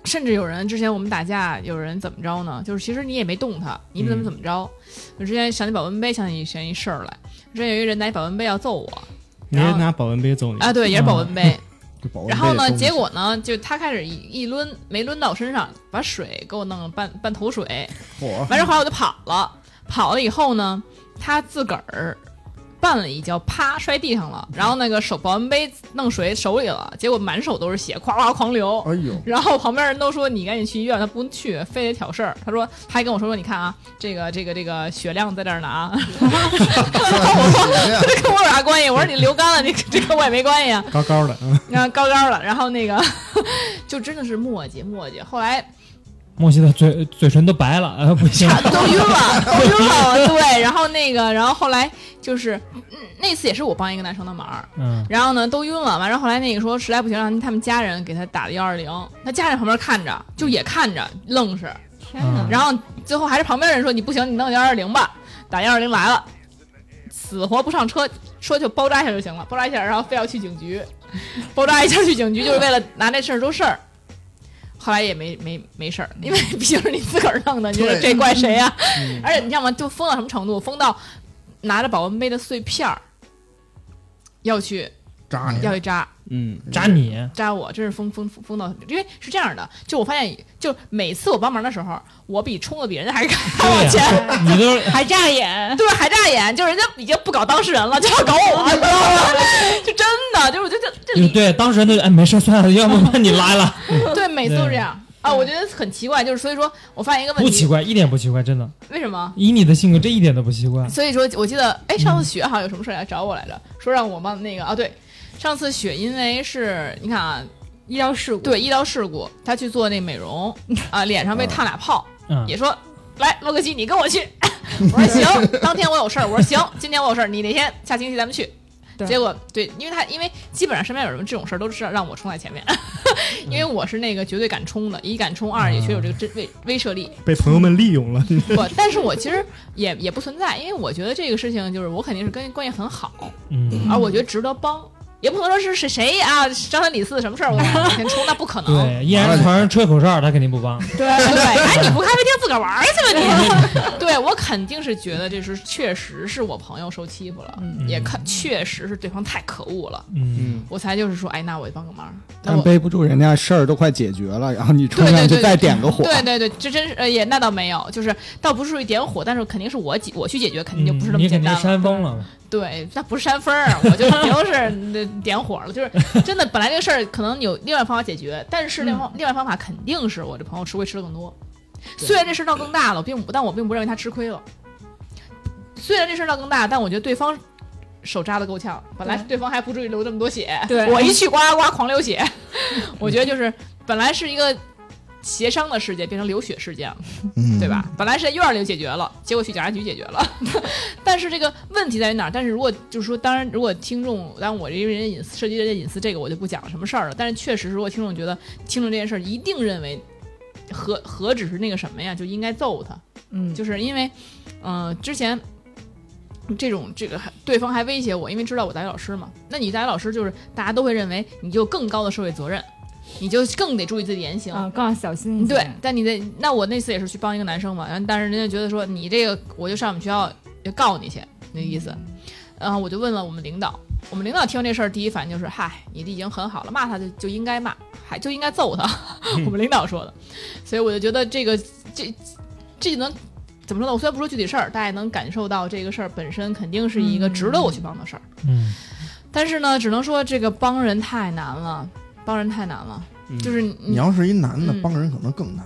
甚至有人之前我们打架，有人怎么着呢？就是其实你也没动他，你怎么嗯怎么着？我之前想起保温杯，想起想起一事儿来。之前有一个人拿一保温杯要揍我你是拿保温杯揍你啊，对，也是保温杯，这嗯保温然后杯呢，得结东西果呢，就他开始一一抡，没抡到我身上，把水给我弄了半半头水。嚯完事儿后来我就跑了，跑了以后呢，他自个儿绊了一跤，啪摔地上了，然后那个手保温杯弄水手里了，结果满手都是血，哗哗狂流。哎呦， 然后旁边人都说你赶紧去医院，他不去，非得挑事儿。他说他还跟我说说，你看啊，这个这个这个血量在这儿呢啊， 啊这跟我有啥关系？我说你流干了，你这跟我也没关系啊。高高的，嗯然后高高了，然后那个 就真的是磨叽磨叽，后来莫西的嘴嘴唇都白了，啊，不行，都晕了， 都晕了，对，然后那个，然后后来就是、嗯那次也是我帮一个男生的忙儿，嗯，然后呢都晕了，完了后来那个说实在不行，让他们家人给他打的幺二零，他家人旁边看着，就也看着，愣是，天哪！然后最后还是旁边人说你不行，你弄幺二零吧，打幺二零来了，死活不上车，车就包扎一下就行了，包扎一下，然后非要去警局，包扎一下去警局就是为了拿这事儿说事儿。后来也没没没事儿，因为 毕竟是你自个儿弄的，你说对这怪谁呀、啊而且你知道吗？就疯到什么程度？疯到拿着保温杯的碎片儿要去扎你要去扎，嗯，扎你，扎我，真是疯疯疯到，因为是这样的，就我发现，就每次我帮忙的时候，我比冲的比人家还还往前，你都是还眨眼，对，还眨眼， 就人家已经不搞当事人了，就要搞我，你知道吗？就真的，就是我觉得这这有里 对，当事人都哎没事算了，要不那你来了， 对每次都这样啊，我觉得很奇怪，就是所以说我发现一个问不奇题，怪，一点不奇怪，真的，为什么？以你的性格，这一点都不奇怪。所以说，我记得，哎，上次雪好像有什么事儿来找我来着，说让我帮那个啊，对，上次雪因为是你看啊，医疗事故。，对医疗事故，她去做那美 容啊，脸上被烫俩泡，嗯，也说来洛克西，你跟我 去。我说行，当天我有事儿。我说行， 今天我有事儿，你那天下星期咱们去。对结果对，因为他因为基本上身边有人这种事儿都是让我冲在前面， 因为我是那个绝对敢冲的，一敢冲，二也确有这个真威威慑力。被朋友们利用了，不，但是我其实也也不存在，因为我觉得这个事情就是我肯定是跟关系很好，嗯，而我觉得值得帮，也不能说是是谁啊，张三李四什么事儿我往前冲，那不可能。对，依然传人吹口哨，他肯定不帮。对对，哎，你不咖啡厅自个儿玩儿去吧你。对我肯定是觉得这是确实是我朋友受欺负了，嗯也看确实是对方太可恶了，嗯，我才就是说，哎，那我就帮个忙。那但我背不住人家事儿都快解决了，然后你冲对对上去对再点个火，对对对，这真是呃也那倒没有，就是倒不是于点火，但是肯定是我解我去解决，肯定就不是那么你简肯定单了。扇风了，对，那不是扇风儿，我就肯定是呃点火了。就是真的，本来这个事儿可能有另外方法解决，但是另外另外方法肯定是我这朋友吃亏吃的更多。虽然这事儿闹更大了，我并不，但我并不认为他吃亏了。虽然这事儿闹更大，但我觉得对方手扎的够呛，本来对对方还不至于流这么多血，对我一去呱呱呱狂流血，我觉得就是本来是一个协商的事件，变成流血事件了。嗯对？吧？本来是在院儿里解决了，结果去警察局解决了。 但是这个问题在于哪儿？但是如果就是说，当然，如果听众，当然我因为人家隐私涉及人家隐私，这个我就不讲什么事儿了。但是确实，如果听众觉得听众这件事儿一定认为何何止是那个什么呀，就应该揍他，嗯，就是因为，嗯、之前。这种这个还对方还威胁我，因为知道我大学老师嘛。那你大学老师就是大家都会认为你就更高的社会责任，你就更得注意自己言行。啊，更要小心一些。对，但你的那我那次也是去帮一个男生嘛，然后但是人家觉得说你这个我就上我们学校就告你去，那意思。然后我就问了我们领导，我们领导听完这事儿第一反应就是嗨，你这已经很好了，骂他就就应该骂，还就应该揍他。 我们领导说的，所以我就觉得这个这这能怎么说呢？我虽然不说具体事儿，大家也能感受到这个事儿本身肯定是一个值得我去帮的事儿。嗯，但是呢，只能说这个帮人太难了，帮人太难了。嗯就是你你要是一男的嗯，帮人可能更难。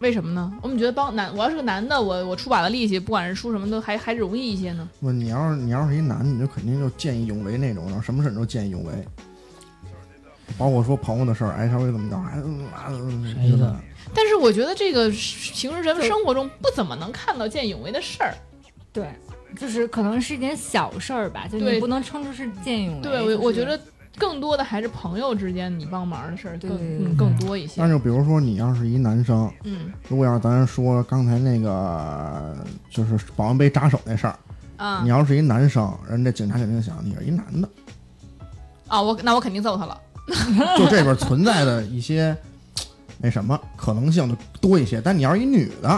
为什么呢？我们觉得帮男，我要是个男的，我我出把子力气，不管是出什么都还还容易一些呢。不，你要是你要是一男的，你就肯定就见义勇为那种，然后什么事你都见义勇为。包括说朋友的事儿，哎，稍微怎么着，哎，嗯啊，嗯哎呀就是但是我觉得这个是平时人生活中不怎么能看到见义勇为的事儿。对，就是可能是一件小事儿吧，就对你不能称之是见义勇为。对就是我，我觉得更多的还是朋友之间你帮忙的事儿更对嗯更多一些但。是比如说你要是一男生，嗯如果要是咱说刚才那个就是保温杯扎手那事儿，啊你要是一男生，人家警察肯定想你是一男的，啊，我那我肯定揍他了。就这边存在的一些那什么可能性就多一些。但你要是一女的，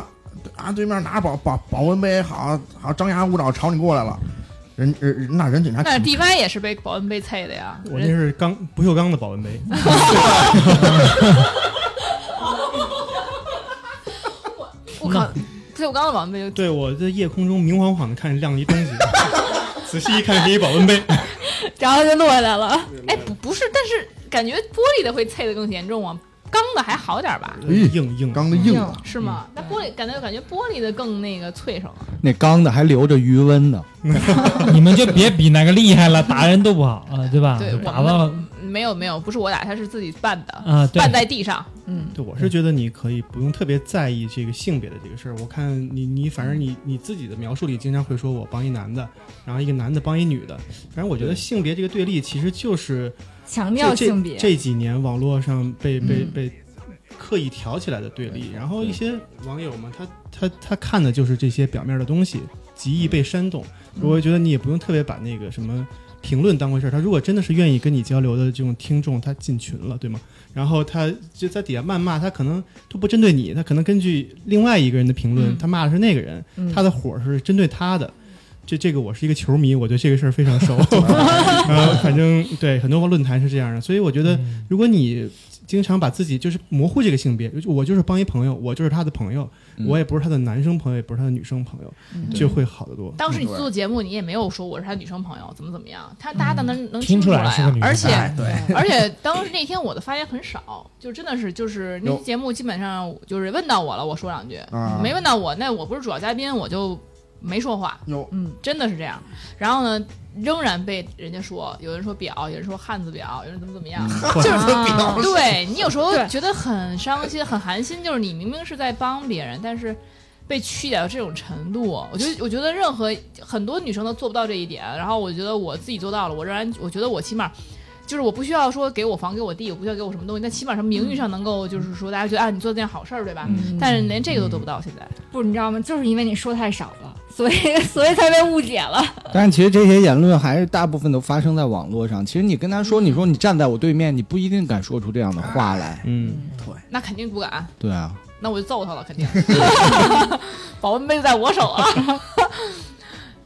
啊，对面拿着保保保温杯，好好张牙舞爪朝你过来了，人人那人警察那 DY 也是被保温杯啐的呀。我那人是钢不锈钢的保温杯，啊我靠， 不是我刚刚保温杯就对我在夜空中明晃晃的看见亮了一东西， 仔细一看是一保温杯，然后就落下来了。哎，不不是，但是感觉玻璃的会啐的更严重啊，钢的还好点儿吧？咦硬硬嗯刚的硬了。是吗？嗯那玻璃感觉感觉玻璃的更那个脆爽啊。那钢的还留着余温呢，你们就别比哪个厉害了，打人都不好啊，对吧？对，我打到们没有没有，不是我打，他是自己绊的，啊，对绊，在地上。嗯，对，我是觉得你可以不用特别在意这个性别的这个事儿。我看你，你反正你你自己的描述里经常会说我帮一男的，然后一个男的帮一女的。反正我觉得性别这个对立其实就是强这调这性别。这几年网络上被被嗯被刻意挑起来的对立。然后一些网友嘛，他他他看的就是这些表面的东西，极易被煽动。我觉得你也不用特别把那个什么评论当回事儿。他如果真的是愿意跟你交流的这种听众，他进群了，对吗？然后他就在底下谩骂，他可能都不针对你，他可能根据另外一个人的评论，嗯他骂的是那个人，嗯他的火是针对他的。这这个我是一个球迷，我对这个事儿非常熟。呃，反正对很多论坛是这样的，所以我觉得嗯如果你经常把自己就是模糊这个性别，就我就是帮一朋友，我就是他的朋友，嗯我也不是他的男生朋友，也不是他的女生朋友，嗯就会好得多。当时你做节目，你也没有说我是他女生朋友，怎么怎么样，他大家都能、能嗯听出出来来是个啊女。生而且、哎，对，而且当时那天我的发言很少，就真的是就是那有期节目基本上就是问到我了，我说两句；啊 没问到我，那我不是主要嘉宾，我就没说话。有嗯，真的是这样。然后呢，仍然被人家说，有人说表，有人说汉字表，有人怎么怎么样。或者啊对你有时候对觉得很伤心、很寒心，就是你明明是在帮别人，但是被曲解到这种程度，我觉得我觉得任何很多女生都做不到这一点。然后我觉得我自己做到了，我仍然我觉得我起码。就是我不需要说给我房给我地，我不需要给我什么东西，但起码什么名誉上能够，就是说大家觉得啊，你做这件好事儿，对吧？嗯但是连这个都得不到，现在。不，你知道吗？就是因为你说太少了，所以 所以才被误解了。但是其实这些言论还是大部分都发生在网络上。其实你跟他说，你说你站在我对面，你不一定敢说出这样的话哎来。嗯，那肯定不敢，对啊，那我就揍他了，肯定。 保温杯在我手啊。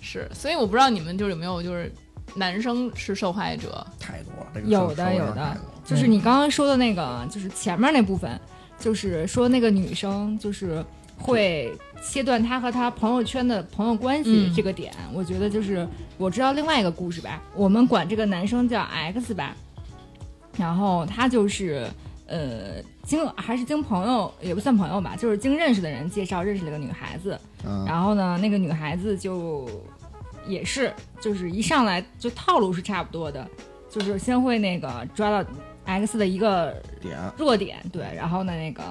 是，所以我不知道你们就是有没有就是男生是受害者，太多了，这个有手的手有点的太多了就是你刚刚说的那个，啊就是前面那部分，就是说那个女生就是会切断她和她朋友圈的朋友关系嗯这个点，我觉得就是我知道另外一个故事吧，我们管这个男生叫 X 吧，然后他就是呃经还是经朋友也不算朋友吧，就是经认识的人介绍认识了一个女孩子，嗯，然后呢，那个女孩子就也是，就是一上来就套路是差不多的，就是先会那个抓到 X 的一个点弱点，对，然后呢，那个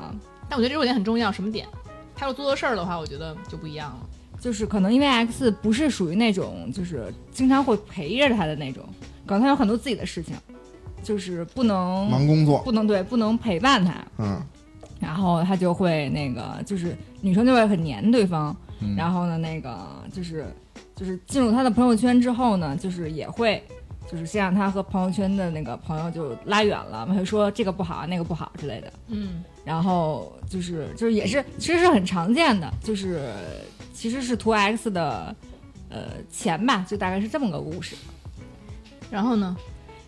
但我觉得这种点很重要，什么点？他要做错事儿的话，我觉得就不一样了。就是可能因为 X 不是属于那种就是经常会陪着他的那种，可能他有很多自己的事情，就是不能忙工作，不能对不能陪伴他，嗯，然后他就会那个，就是女生就会很黏对方，嗯然后呢，那个就是就是进入他的朋友圈之后呢，就是也会就是先让他和朋友圈的那个朋友就拉远了，会说这个不好那个不好之类的，嗯，然后就是就是也是其实是很常见的，就是其实是图 X 的呃钱吧，就大概是这么个故事。然后呢？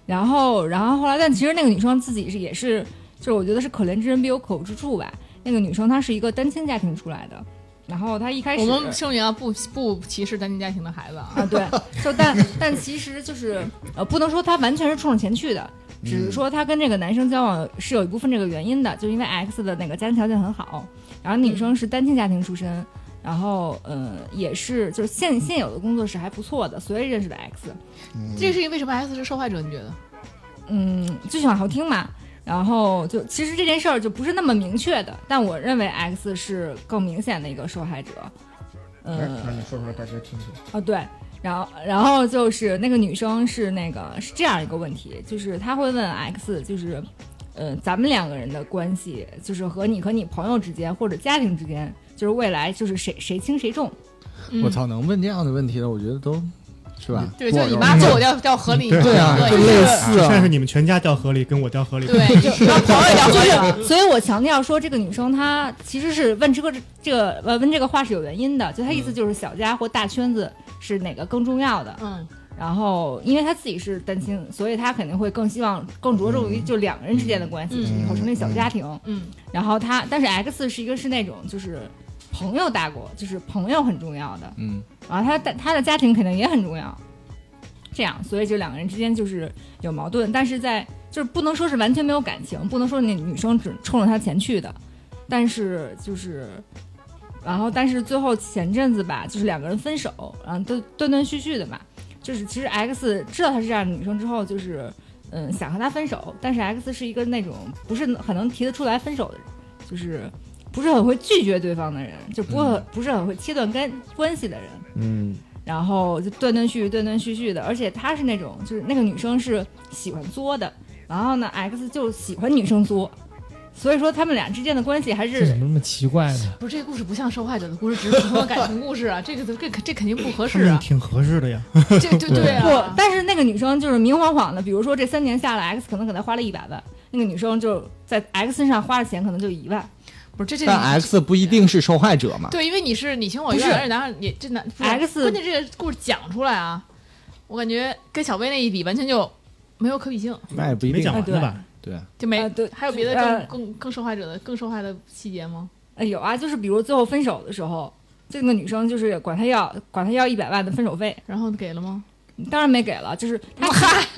然后，然后后来，但其实那个女生自己是也是就是我觉得是可怜之人必有可恶之处吧。那个女生她是一个单亲家庭出来的，然后她一开始我们声明啊，不不歧视单亲家庭的孩子啊。啊，对，就但但其实就是呃，不能说她完全是冲着钱去的，只是说她跟这个男生交往是有一部分这个原因的，就因为 X 的那个家庭条件很好，然后女生是单亲家庭出身，然后呃也是就是现现有的工作是还不错的，所以认识的 X，嗯这个事情为什么 X 是受害者？你觉得？嗯，就喜欢好听嘛。然后就其实这件事儿就不是那么明确的，但我认为 X 是更明显的一个受害者。呃，哎那你说出来大家听听。哦，对，然后然后就是那个女生是那个是这样一个问题，就是她会问 X，就是，呃，咱们两个人的关系，就是和你和你朋友之间或者家庭之间，就是未来就是谁谁轻谁重。我操，能问这样的问题的，我觉得都是吧？嗯对，就是你妈揍我掉掉河里，对啊对就一类个似但是啊，你们全家掉河里，跟我掉河里，对， 就是然后朋友也掉河里了。所以我强调说，这个女生她其实是问这个这个呃问这个话是有原因的，就她意思就是小家或大圈子是哪个更重要的。嗯，然后，因为她自己是单亲，所以她肯定会更希望更着重于就两个人之间的关系，嗯就是以后成立小家庭。嗯，然后他，但是 X 是一个是那种就是朋友大国，就是朋友很重要的，嗯，然啊后他的他的家庭肯定也很重要，这样，所以就两个人之间就是有矛盾，但是在就是不能说是完全没有感情，不能说那女生只冲着他钱去的，但是就是，然后但是最后前阵子吧，就是两个人分手，然后都断断续续的嘛，就是其实 X 知道她是这样的女生之后，就是嗯想和她分手，但是 X 是一个那种不是很能提得出来分手的人，就是不是很会拒绝对方的人，就不会、不是很会切断干关系的人，嗯，然后就断断续续、断断续续的，而且她是那种就是那个女生是喜欢作的，然后呢 X 就喜欢女生作，所以说他们俩之间的关系还这怎是么那么奇怪呢？不是这个故事不像受害者的故事，只是普通的感情故事啊。这个这这肯定不合他适 们啊。嗯挺合适的呀。这对对不 啊，，但是那个女生就是明晃晃的，比如说这三年下来，X 可能给她花了一百万，那个女生就在 X 身上花的钱可能就一万。不是这这但 X 不一定是受害者嘛。对，因为你是你情我不愿，是而且男也这男不是 X 关键这个故事讲出来啊，我感觉跟小薇那一比，完全就没有可比性，那也不一没定讲啊，完呢吧？对，就没。啊对还有别的呃更更更受害者的更受害的细节吗？呃，有啊，就是比如最后分手的时候，这个女生就是管他要管他要一百万的分手费，然后给了吗？当然没给了，就是他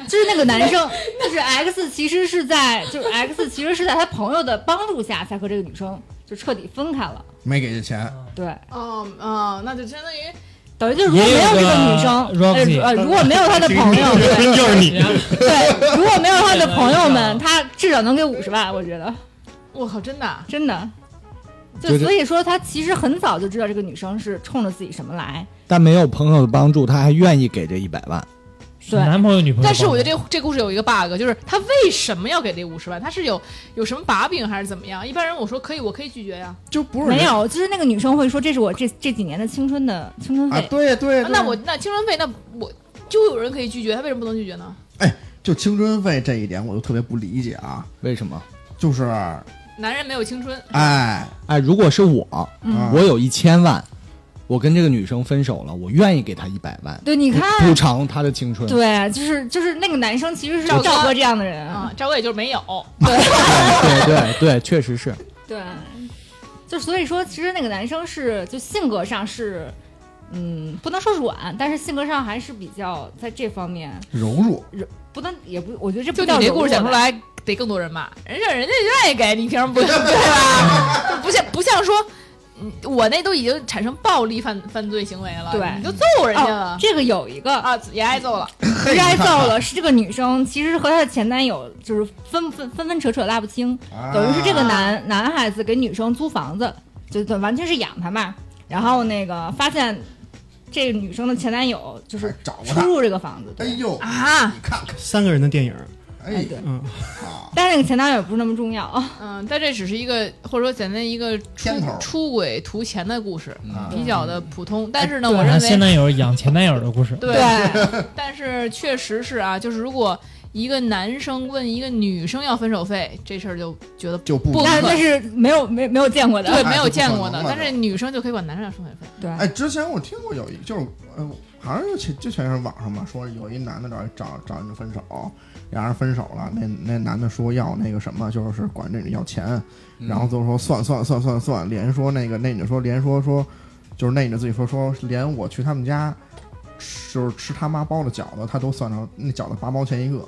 就是那个男生，就是 X 其实是在就是 X 其实是在他朋友的帮助下才和这个女生就彻底分开了，没给这钱，对，哦哦，那就相当于等于就是如果没有这个女生，也有个呃呃如果没有她的朋友， 对又是你，对，如果没有她的朋友们，对她至少能给五十万，我觉得我靠，真的啊真的。就就是所以说，他其实很早就知道这个女生是冲着自己什么来，但没有朋友的帮助，他还愿意给这一百万。是对男朋友女朋友帮的？但是我觉得这这故事有一个 bug，就是他为什么要给这五十万？他是有有什么把柄还是怎么样？一般人我说可以，我可以拒绝呀、就不是人没有，就是那个女生会说这是我这这几年的青春的青春啊费，，对对啊对那我那青春费，那我就有人可以拒绝，他为什么不能拒绝呢？就青春费这一点，我就特别不理解啊，为什么？就是男人没有青春，哎，哎，如果是我，啊我有一千万，我跟这个女生分手了，我愿意给她一百万，对，你看，补偿她的青春。对，就是就是那个男生其实是赵哥赵哥这样的人，啊，赵哥也就是没有。对对对，确实是。嗯对，就所以说，其实那个男生是就性格上是，嗯，不能说软，但是性格上还是比较在这方面柔弱，不能也不，我觉得这就不你叫这柔故事弱哦讲出吧，来，得更多人骂。人家人家愿意给你，凭什么不对吧？就不像不像说，嗯我那都已经产生暴力犯犯罪行为了，对你就揍人家哦了、这个有一个啊，也挨揍了。不是挨揍了，是这个女生其实和她的前男友就是分分分分扯扯拉不清，啊等于是这个男男孩子给女生租房子，就就完全是养她嘛。然后那个发现这个女生的前男友就还是哎找出他，入这个房子，哎对，呦啊你看看，三个人的电影，哎哎对。嗯，啊，但是那个前男友不是那么重要啊，嗯，但这只是一个或者说简单一个出片头出轨图钱的故事，啊比较的普通。但是呢，嗯对我她认现为男友养前男友的故事，对，但是确实是啊，就是如果一个男生问一个女生要分手费这事儿，就觉得就不不一但是样但是没有没没有见过的，对那没有就不见可过的能，了但是女生就可以管男生要分手费。对，哎，之前我听过有一，就是呃，好像是前之前是网上嘛，说有一男的找找找人分手，俩人分手了，那那男的说要那个什么，就是管这女要钱，嗯然后就说算算算算算，连说那个那女的说连说说，就是那女的自己说说连我去他们家，吃就是吃他妈包的饺子，他都算上那饺子八毛钱一个，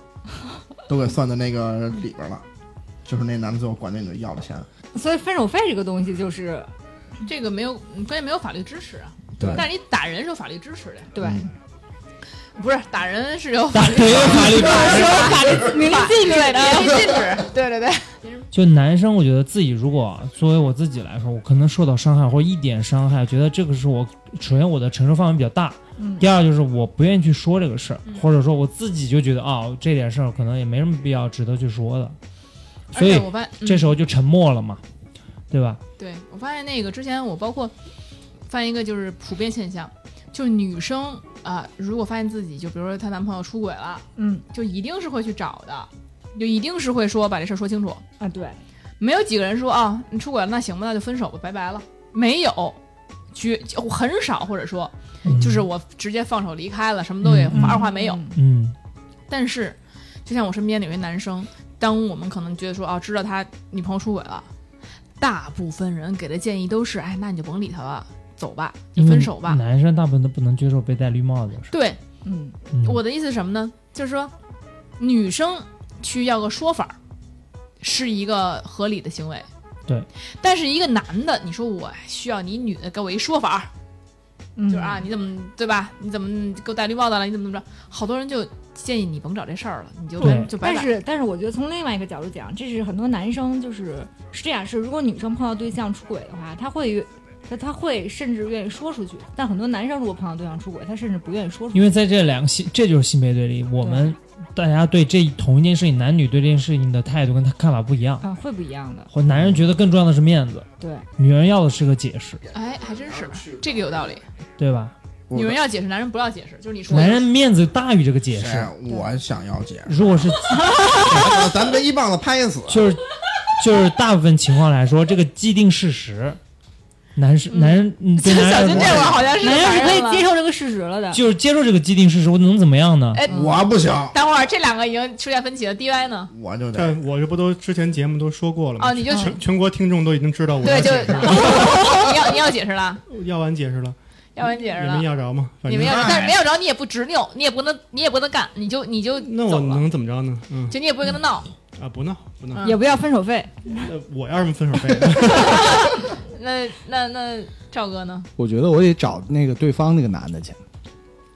都给算到那个里边了。就是那男的最后管那女的要了钱，所以分手费这个东西就是这个没有，关键没有法律支持啊。对但是你打人是有法律支持的呀，嗯对，不是打人是有法律法律法律明令禁止对的，法律禁止，对对对，就男生，我觉得自己如果作为我自己来说，我可能受到伤害或者一点伤害，觉得这个是我首先我的承受范围比较大，嗯第二就是我不愿意去说这个事儿，嗯或者说我自己就觉得啊、这点事儿可能也没什么必要值得去说的，所而以且我发现、嗯这时候就沉默了嘛，对吧？对我发现那个之前我包括发现一个就是普遍现象，就是女生啊、如果发现自己就比如说她男朋友出轨了， 嗯就一定是会去找的，就一定是会说把这事儿说清楚。啊对，没有几个人说啊，你出轨了，那行吧，那就分手吧，拜拜了。没有，绝我很少，或者说嗯就是我直接放手离开了，什么都也嗯二话没有。嗯嗯但是，就像我身边的有些男生，当我们可能觉得说啊，知道他女朋友出轨了，大部分人给的建议都是，哎，那你就甭理他了，走吧，就分手吧因。为男生大部分都不能接受被戴绿帽子的事儿。对，嗯嗯我的意思是什么呢？就是说，女生去要个说法儿，是一个合理的行为。对，但是一个男的，你说我需要你女的给我一说法儿，嗯就是啊，，你怎么对吧？你怎么给我戴绿帽子了？你怎么怎么着？好多人就建议你甭找这事儿了，你就对跟就拜但拜。是，但是我觉得从另外一个角度讲，这是很多男生就是是这样，是如果女生碰到对象出轨的话，他会他他会甚至愿意说出去，但很多男生如果碰到对象出轨，他甚至不愿意说出去。因为在这两个性，这就是性别对立。我们大家对这同一件事情，男女对这件事情的态度跟他看法不一样。啊，会不一样的，或男人觉得更重要的是面子，对，女人要的是个解释，哎，还真是这个有道理。对吧？我女人要解释，男人不要解释，就是你说的 男人面子大于这个解谁释啊。我想要解释，如果是 咱别一棒子拍死。就是就是大部分情况来说，这个既定事实，男是嗯男人嗯 对男小人军来这说会儿好像是男人是可以接受。受这个事实了的。就是接受这个既定事实，我能怎么样呢？哎， 我不行，等会儿这两个已经出现分歧了，DY 呢？我就得但我这不都之前节目都说过了吗？哦，你就嗯去全全国听众都已经知道我对，要就解释了， 你要你要解释了，要完解释了，要完解释你了们。要着吗？反你正们要，哎但是没有着你也不执拗，你也不能，你也不能干，你就你就那我走了，能怎么着呢？嗯就你也不会跟他闹。啊，不闹不闹，嗯也不要分手费，那我要什么分手费？那那那赵哥呢？我觉得我得找那个对方那个男的去，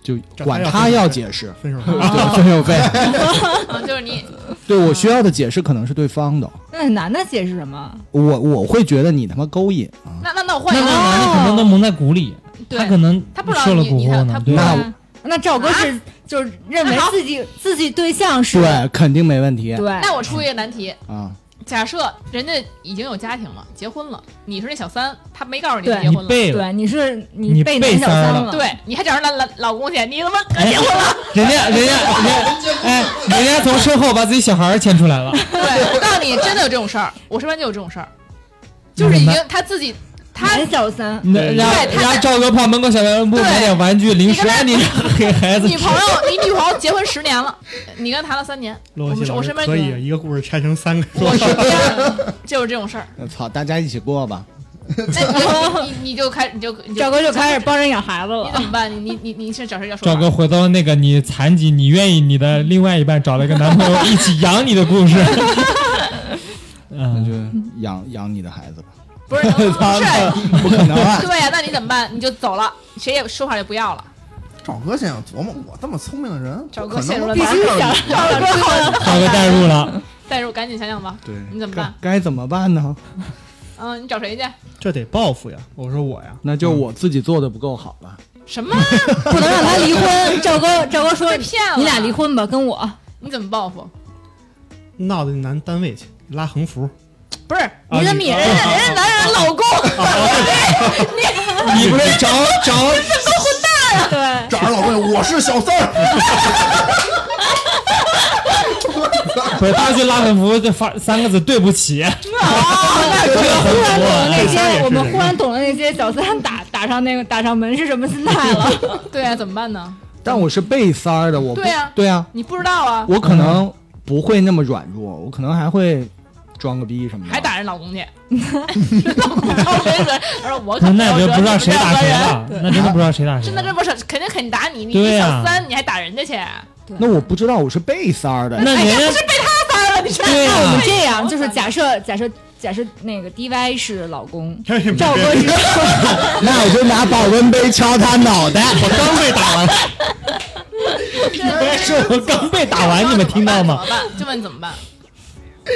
就管他要解释，分手费。 对分手费。啊，就是你对我需要的解释可能是对方的，那男的解释什么？我我会觉得你他妈勾引啊！那那那我换那一那个，男的可能都蒙在鼓里，他可对，能他不知道受了你蛊你惑看呢他，对吧？那那啊那赵哥是就是认为啊那好自己自己对象是对，肯定没问题对，那我出一个难题，啊！假设人家已经有家庭了，结婚了，你是那小三，他没告诉你对结你婚了，背了，对，你是你被被男小三儿三了对你还找人来来老公去，你他妈哎，结婚了，人家人家人家，哎，人家从身后把自己小孩儿牵出来了，对，我告诉你，真的有这种事儿，我身边就有这种事儿，就是已那经怎么他自己他男小三，那然后对他然后赵哥跑门口小卖部对买点玩具零食你跟，他你给孩子女朋友， 你女朋友结婚十年了，你跟她谈了三年，我罗们西我老师身边可就有以一啊个故事拆成三个，我身边就是这种事儿，那操，大家一起过吧。 那 你你你就开你就你赵就哥就开始帮人养孩子你了怎。么办？你你你你是找谁要说赵话？哥回到那个你残疾，你愿意你的另外一半找了一个男朋友一起养你的故 事，那嗯，就养养你的孩子吧，不是不是，不可能啊！对呀、那你怎么办？你就走了，谁也说话就不要了。赵哥现在琢磨，我这么聪明的人，赵哥可陷入了能必须想 赵哥代入了，但是我赶紧想想吧，对，你 怎么该办？该怎么办呢？嗯，你找谁去？这得报复呀！我说我呀，那就我自己做的不够好了。什么？不能让他离婚。赵哥，赵哥说被骗了你俩离婚吧，跟我。你怎么报复？闹到那男单位去拉横幅，不是，啊你怎么也人家人家男人老 公，你不是找找对，找着老魏，我是小三儿，不是，他去拉横幅就发三个字：对 不起。忽啊然懂了那些，我们忽然懂了那些小三打打上那个打上门是什么心态了。对啊，怎么办呢？但我是被三儿的，我不对啊对啊，你不知道啊，我可能不会那么软弱，我可能还会装个逼什么的。还打人老公去，老公招谁惹？他说我可那没也有就惹不知道你谁们打两个谁人了，那真的不知道谁打谁真的了。这不是肯定肯定打你，你对一啊小三你还打人家去？那我不知道我是被三儿的，那哎，人那不家是被他三了？你说 对啊那我们对这样，就是我假设假设假设那个 DY 是老 公，嗯赵哥是那我就拿保温杯敲他脑袋。 我刚被打完，哎是我刚被打完，你们听到吗？怎么办？就问怎么 啊办？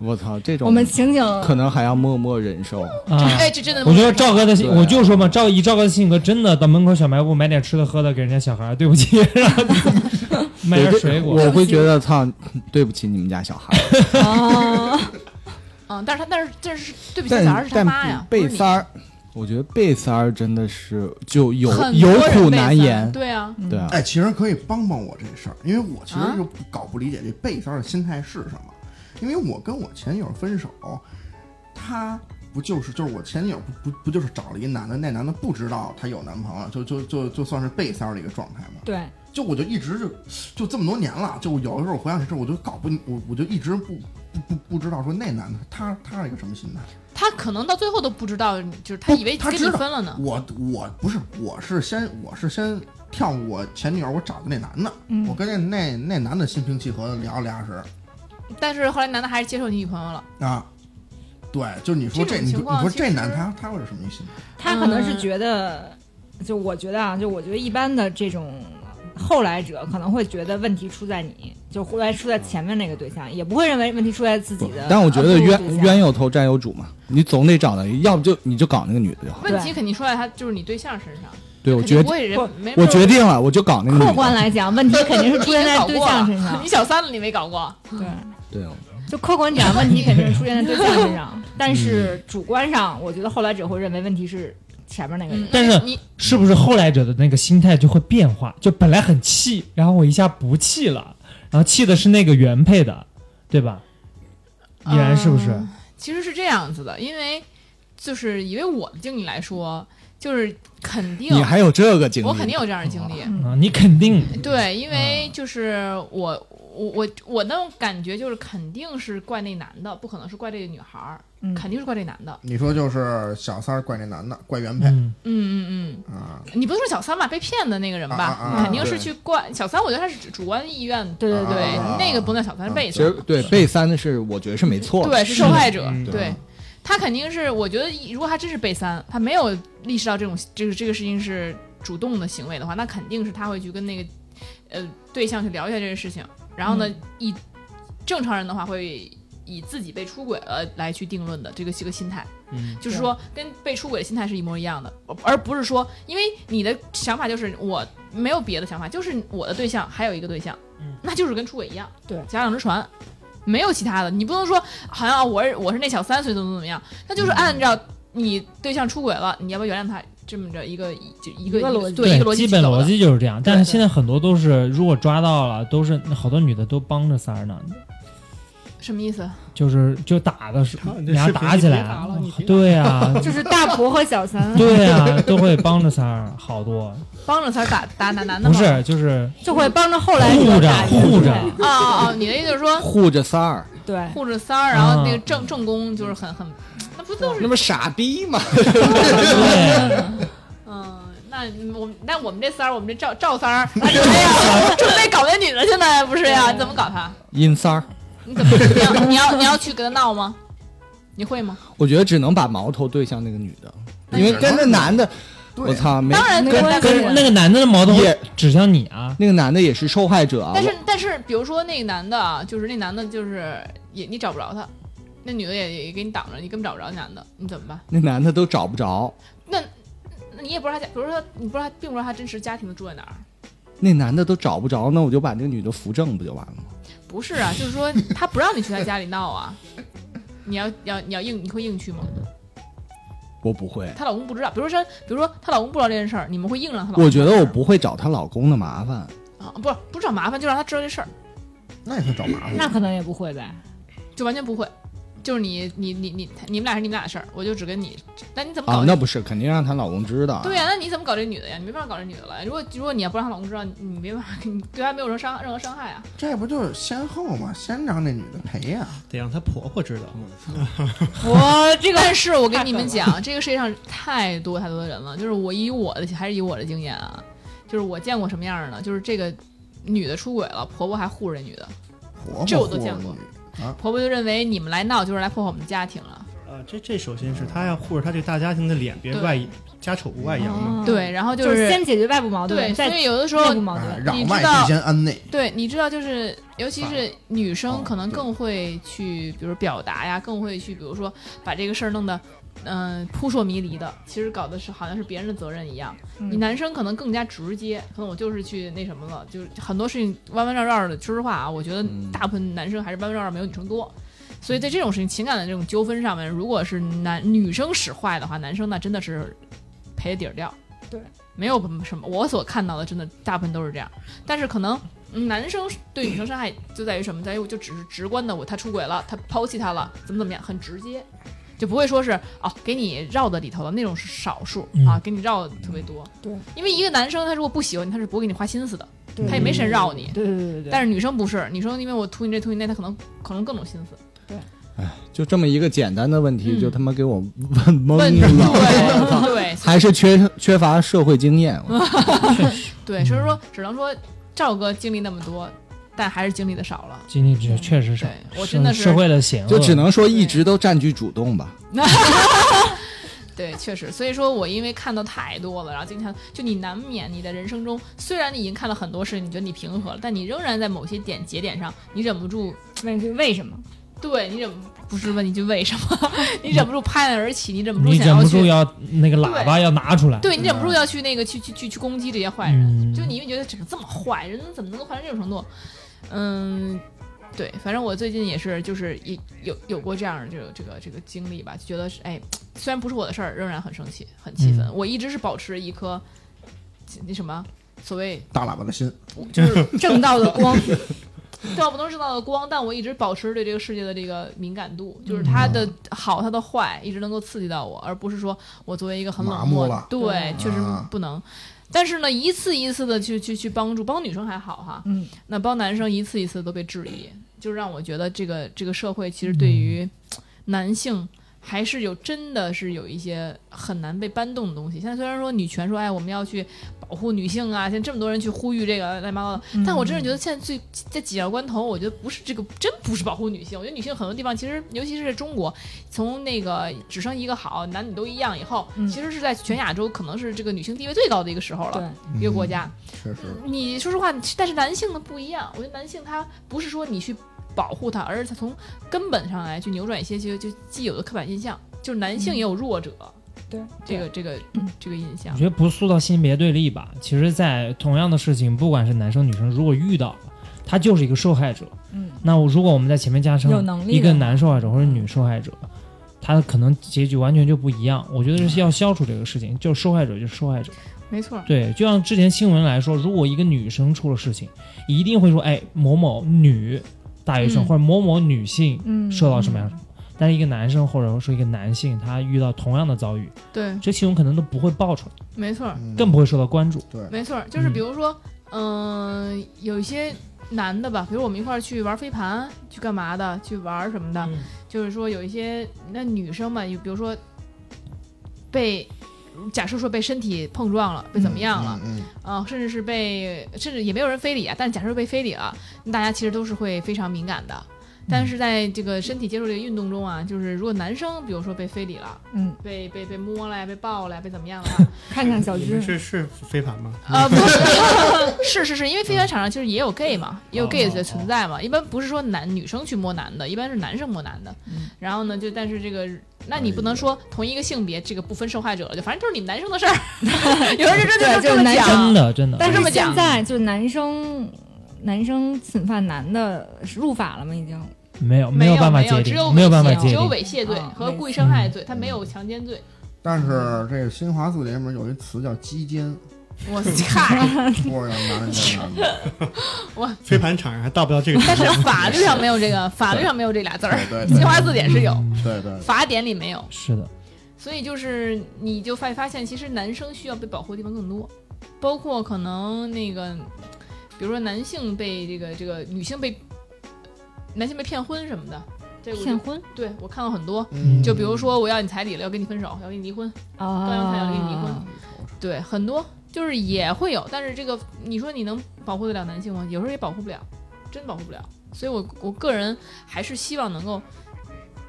我操，这种我们情景可能还要默默忍受。啊！哎，这真的，我觉得赵哥的性，对我就说嘛，赵以赵哥的性格，真的到门口小卖部买点吃的喝的给人家小孩儿，对不 起，然后买点对水果。我会觉得操，对不起你们家 小孩。啊，嗯，但是他但是这是对不起，但小孩是他但妈呀，啊不是被你三儿，我觉得被三儿真的是就有很多有人苦被难三言。对啊，对啊，哎，其实可以帮帮我这事儿，因为我其实就不搞不理解这贝三儿的心态是什么。因为我跟我前女友分手，她不就是就是我前女友不不不就是找了一男的，那男的不知道她有男朋友，就就就就算是贝三儿的一个状态嘛。对，就我就一直就就这么多年了，就有的时候我回想这事儿，我就搞不我我就一直不不不不知道说那男的他他是一个什么心态。他可能到最后都不知道，就是他以为他跟知你道分了呢。我我不是，我是先我是先跳我前女友，我找的那男的，嗯我跟那那那男的心平气和的聊了俩小时但是后来男的还是接受你女朋友了，啊。对，就是你说这这，种你情说况你说其这实男他他会是什么心态？他可能是嗯觉得，就我觉得啊，就我觉得一般的这种后来者可能会觉得问题出在你，就后来出在前面那个对象，也不会认为问题出在自己的。呃但我觉啊得冤冤冤有头债有主嘛，你总得找到一个，要不就你就搞那个女的就好。问题肯定出在他就是你对象身上。对，我肯定决不会人我没我人决定了，我就搞那个女客的。观来讲，问题肯定是出现在对象身上 你。小三了，你没搞过，对，对哦，就客观讲，问题肯定是出现在对象身上。但是主观上，我觉得后来者会认为问题是前面那个人。但是嗯你是不是后来者的那个心态就会变化？就本来很气，然后我一下不气了，然后气的是那个原配的，对吧？依然是不是？嗯其实是这样子的，因为就是以为我的经历来说，就是肯定你还有这个经历？我肯定有这样的经历，啊，你肯定嗯对，因为就是我我我我那种感觉就是肯定是怪那男的，不可能是怪这个女孩儿，嗯肯定是怪这男的。你说就是小三儿怪这男的，怪原配嗯，嗯嗯啊，嗯，你不能说小三吧，被骗的那个人吧，啊啊啊肯定是对去怪小三。我觉得他是主观意愿，对对啊对，对、啊那个不能叫小三，是被其实子对被三的是，我觉得是没错嗯的。对是受害者，嗯对。对他肯定是，我觉得如果他真是被三，他没有意识到这种这个这个事情是主动的行为的话，那肯定是他会去跟那个呃对象去聊一下这个事情。然后呢，以正常人的话会以自己被出轨了来去定论的这个这个心态，嗯就是说跟被出轨的心态是一模一样的，而不是说因为你的想法就是我没有别的想法，就是我的对象还有一个对象，嗯那就是跟出轨一样，对假两只船。没有其他的，你不能说好像我是我是那小三，所以怎么怎么样，那嗯就是按照你对象出轨了，你要不要原谅他这么着一个一就一个一个逻辑对一个逻辑基本去走的逻辑就是这样。但对是对现在很多都是，如果抓到了，都是好多女的都帮着三儿呢，什么意思？就是就打 的时他候，这俩视频打你起别来打了你别打对啊，，就是大婆和小三对啊，都会帮着三儿，好 多帮着他打打男男的不吗？是就是就会帮着后来者护着打一个护着对。哦哦哦，你的意思就是 说嗯护着三儿，对，护着三儿，然后那个正正宫就是很很，嗯那不都是那不傻逼吗？对，嗯？那我们那我们这三儿，我们这赵赵三儿，啊他准备要准备搞那女的，现在不是呀？嗯你怎么搞他？阴三儿，你怎么你要你要你要去跟他闹吗？你会吗？我觉得只能把矛头对向那个女的，那因为只跟能那男的，对我操，没当然没跟 关系跟跟那个男的的矛头也指向你啊，那个男的也是受害者啊。但是但是，比如说那个男的啊，就是那男的，就是也你找不着他，那女的也也给你挡着，你根本找不着男的，你怎么办？那男的都找不着，那那你也不知道他家，比如说他你不知道他，并不知道他真实家庭住在哪儿。那男的都找不着，那我就把那个女的扶正不就完了吗？不是啊，就是说他不让你去他家里闹啊，你要要你要硬你会硬去吗？我不会，她老公不知道，比如说比如说她老公不知道这件事儿，你们会硬让她老公我知觉道这得事儿吗？我不会找她老公的麻烦。啊，不是不找麻烦，就让她知道这事儿。那也算找麻那烦。可能也不会呗。就完全不会。就是你你你你你们俩是你们俩的事儿，我就只跟你。那你怎么搞啊，这？那不是，肯定让她老公知道。啊对呀、啊那你怎么搞这女的呀？你没办法搞这女的了。如果如果你要不让她老公知道，你你没办法， 你对她没有什么伤任何伤害啊。这不就是先后吗？先让那女的赔呀、得让她婆婆知道。 我这 个，但是我跟你们讲，这个世界上太多太多的人了。就是我以我的还是以我的经验啊，就是我见过什么样的呢？就是这个女的出轨了，婆婆还护着这女的，婆婆这我都护见着过你婆婆就认为你们来闹就是来破坏我们的家庭了。呃，这这首先是她要护着她这大家庭的脸，别对外家丑不外扬嘛。哦对，然后就是先解决外部矛嗯对，盾，所再以有的时内候部矛啊哎盾。哦你攘知外道必先安内。对，你知道，就是尤其反是女生哦可能对更会去，比如表达呀，更会去，比如说把这个事儿弄得，嗯、扑朔迷离的。其实搞的是好像是别人的责任一样。你嗯男生可能更加直接，可能我就是去那什么了，就是很多事情弯弯绕绕的。说实话啊，我觉得嗯大部分男生还是弯弯绕绕没有女生多。所嗯以在这种事情、情感的这种纠纷上面，如果是男女生使坏的话，男生那真的是赔底儿掉。对，没有什么，我所看到的真的大部分都是这样。但是可能嗯男生对女生伤害就在于什么？在于我就只是直观的我他出轨了，他抛弃她了，怎么怎么样，很直接，就不会说是哦给你绕的里头的那种是少数、嗯啊，给你绕的特别多。对，因为一个男生他如果不喜欢你，他是不会给你花心思的，对他也没神绕你。对对对对嗯对。但是是女生不是，女生因为我图你这图你那，她可能可能各种心思。就这么一个简单的问题，嗯就他妈给我问问懵了， 对嗯对还是缺缺乏社会经验。我对，所以说只能说赵哥经历那么多，但还是经历的少了。经历这确实是对，我真的是社会的险恶，就只能说一直都占据主动吧。对，确实，所以说我因为看到太多了，然后经常就你难免你的人生中，虽然你已经看了很多事，你觉得你平和了，但你仍然在某些点节点上，你忍不住，问句为什么？对你忍不是问一句为什么， 你忍不住拍案而起，你忍不你住想忍要不住去，要那个喇叭要拿出来，对你忍不住要去那个去去去去攻击这些坏人，嗯，就你们觉得怎么这么坏，人怎么能够坏成这种程度？嗯，对，反正我最近也是，就是一有有过这样的这个这个这个经历吧，就觉得是哎，虽然不是我的事儿，仍然很生气，很气愤。嗯我一直是保持一颗那什么所谓大喇叭的心，就是正道 的光，对我不能知道的光，但我一直保持对这个世界的这个敏感度，就是它嗯的好，它的坏，一直能够刺激到我，而不是说我作为一个很冷漠麻木了，对对，确实啊不能。但是呢，一次一次的去去去帮助，帮女生还好哈，嗯，那帮男生一次一次都被质疑，就让我觉得这个这个社会其实嗯对于男性还是有真的是有一些很难被搬动的东西。现在虽然说女权说哎我们要去保护女性啊，现在这么多人去呼吁这个乱七八糟的，嗯但我真是觉得现在最在紧要关头，我觉得不是这个真不是保护女性，我觉得女性很多地方其实尤其是在中国，从那个只生一个好，男女都一样以后，嗯其实是在全亚洲可能是这个女性地位最高的一个时候对了，，嗯一个国嗯家。确实 你说实话，但是男性呢不一样，我觉得男性他不是说你去保护他，而是他从根本上来去扭转一些就就既有的刻板印象，就是男性也有弱者、对这个这个这个印象我觉。得不塑造性别对立吧。其实，在同样的事情，不管是男生女生，如果遇到了，他就是一个受害者。嗯，那我如果我们在前面加上有能力的一个男受害者或者女受害者，他可能结局完全就不一样。我觉得是要消除这个事情，就是受害者就是受害者。没错，对，就像之前新闻来说，如果一个女生出了事情，一定会说，哎，某某女大学生、嗯或者某某女性嗯，受到什么样的。但是一个男生或者说一个男性，他遇到同样的遭遇，对，这新闻可能都不会爆出来，没错，嗯更不会受到关注。没错，就是比如说，嗯、有一些男的吧，比如我们一块儿去玩飞盘，去干嘛的，去玩儿什么的，嗯就是说有一些那女生嘛，有比如说被假设说被身体碰撞了，被怎么样了，嗯啊，甚至是被，甚至也没有人非礼啊。但是假设被非礼了，那大家其实都是会非常敏感的。但嗯是在这个身体接触这个运动中啊，就是如果男生比如说被非礼了，嗯，被被被摸了呀，被抱了呀，被怎么 样了啊，看看小你们军，是是飞盘吗？呃，不是， 是是是，因为飞盘场上其实也有 gay 嘛，也有哦 gay 哦的存在嘛。一般不是说男女生去摸男的，一般是男生摸男的。嗯哎然后呢，就但是这个，那你不能说同一个性别这个不分受害者了，就反正就是你们男生的事儿。 有人就对这就就是这么男讲，生真的，真的，但这是么讲现在就是男生，男生侵犯男的入法了吗？已经没有没有办法没界有，只有定，没有猥办法亵界只有定。嗯猥亵罪啊和猥故意亵伤害罪，他没有强奸罪。 但是这个新华字典里面有一词叫“鸡奸我嗨，我拿那个，飞盘场上还到不到这个程但度 是。法律上没有这个，法律上没有这俩字 儿，对对新对华字典是有，对对，法典里没有，是的，所以就是你就会发现，其实男生需要被保护的地方更多，包括可能那个，比如说男性被这个这个女性被男性被骗婚什么的，这个我就骗婚对我看到很多，嗯就比如说我要你彩礼了，要跟你分手，要跟你离婚，高阳太阳跟你离啊哦婚，对，很多就是也会有，但是这个你说你能保护得了男性吗？有时候也保护不了，真保护不了。所以我我个人还是希望能够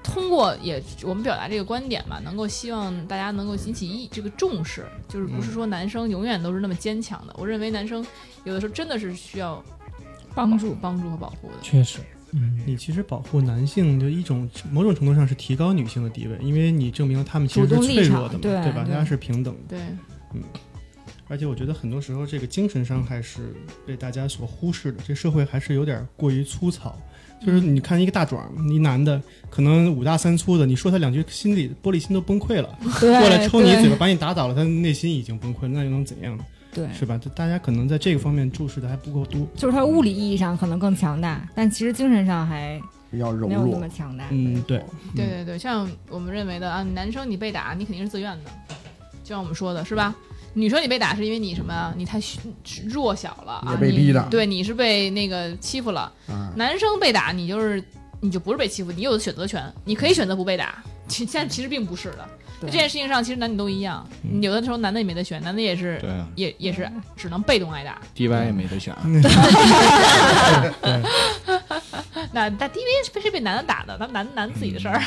通过也我们表达这个观点吧，能够希望大家能够引起一这个重视，就是不是说男生永远都是那么坚强的。我认为男生有的时候真的是需要帮助帮助和保护的。确实，嗯，你其实保护男性，就一种某种程度上是提高女性的地位，因为你证明他们其实主是动立脆场弱的嘛，对吧？对大家是平等的。对，而且我觉得很多时候这个精神伤害是被大家所忽视的，这社会还是有点过于粗糙。就是嗯你看一个大壮，一男的，可能五大三粗的，你说他两句，心里玻璃心都崩溃了，对过来抽你一嘴巴对把你打倒了，他内心已经崩溃了，那又能怎样呢？对，是吧？就大家可能在这个方面注视的还不够多。就是他物理意义上可能更强大，但其实精神上还比较柔没有那么弱，强大。嗯，对，对对对，像我们认为的啊，男生你被打，你肯定是自愿的，就像我们说的是吧？女生你被打是因为你什么啊呀？你太虚弱小了啊，也被逼的你对，你是被那个欺负了。啊，男生被打，你就是你就不是被欺负，你有选择权，你可以选择不被打。其现在其实并不是的，在对这件事情上，其实男女都一样。嗯有的时候男的也没得选，男的也是对啊也也是只能被动挨打。 ，DY 也没得选。啊那那 DV 是被男的打的，咱们男男自己的事儿。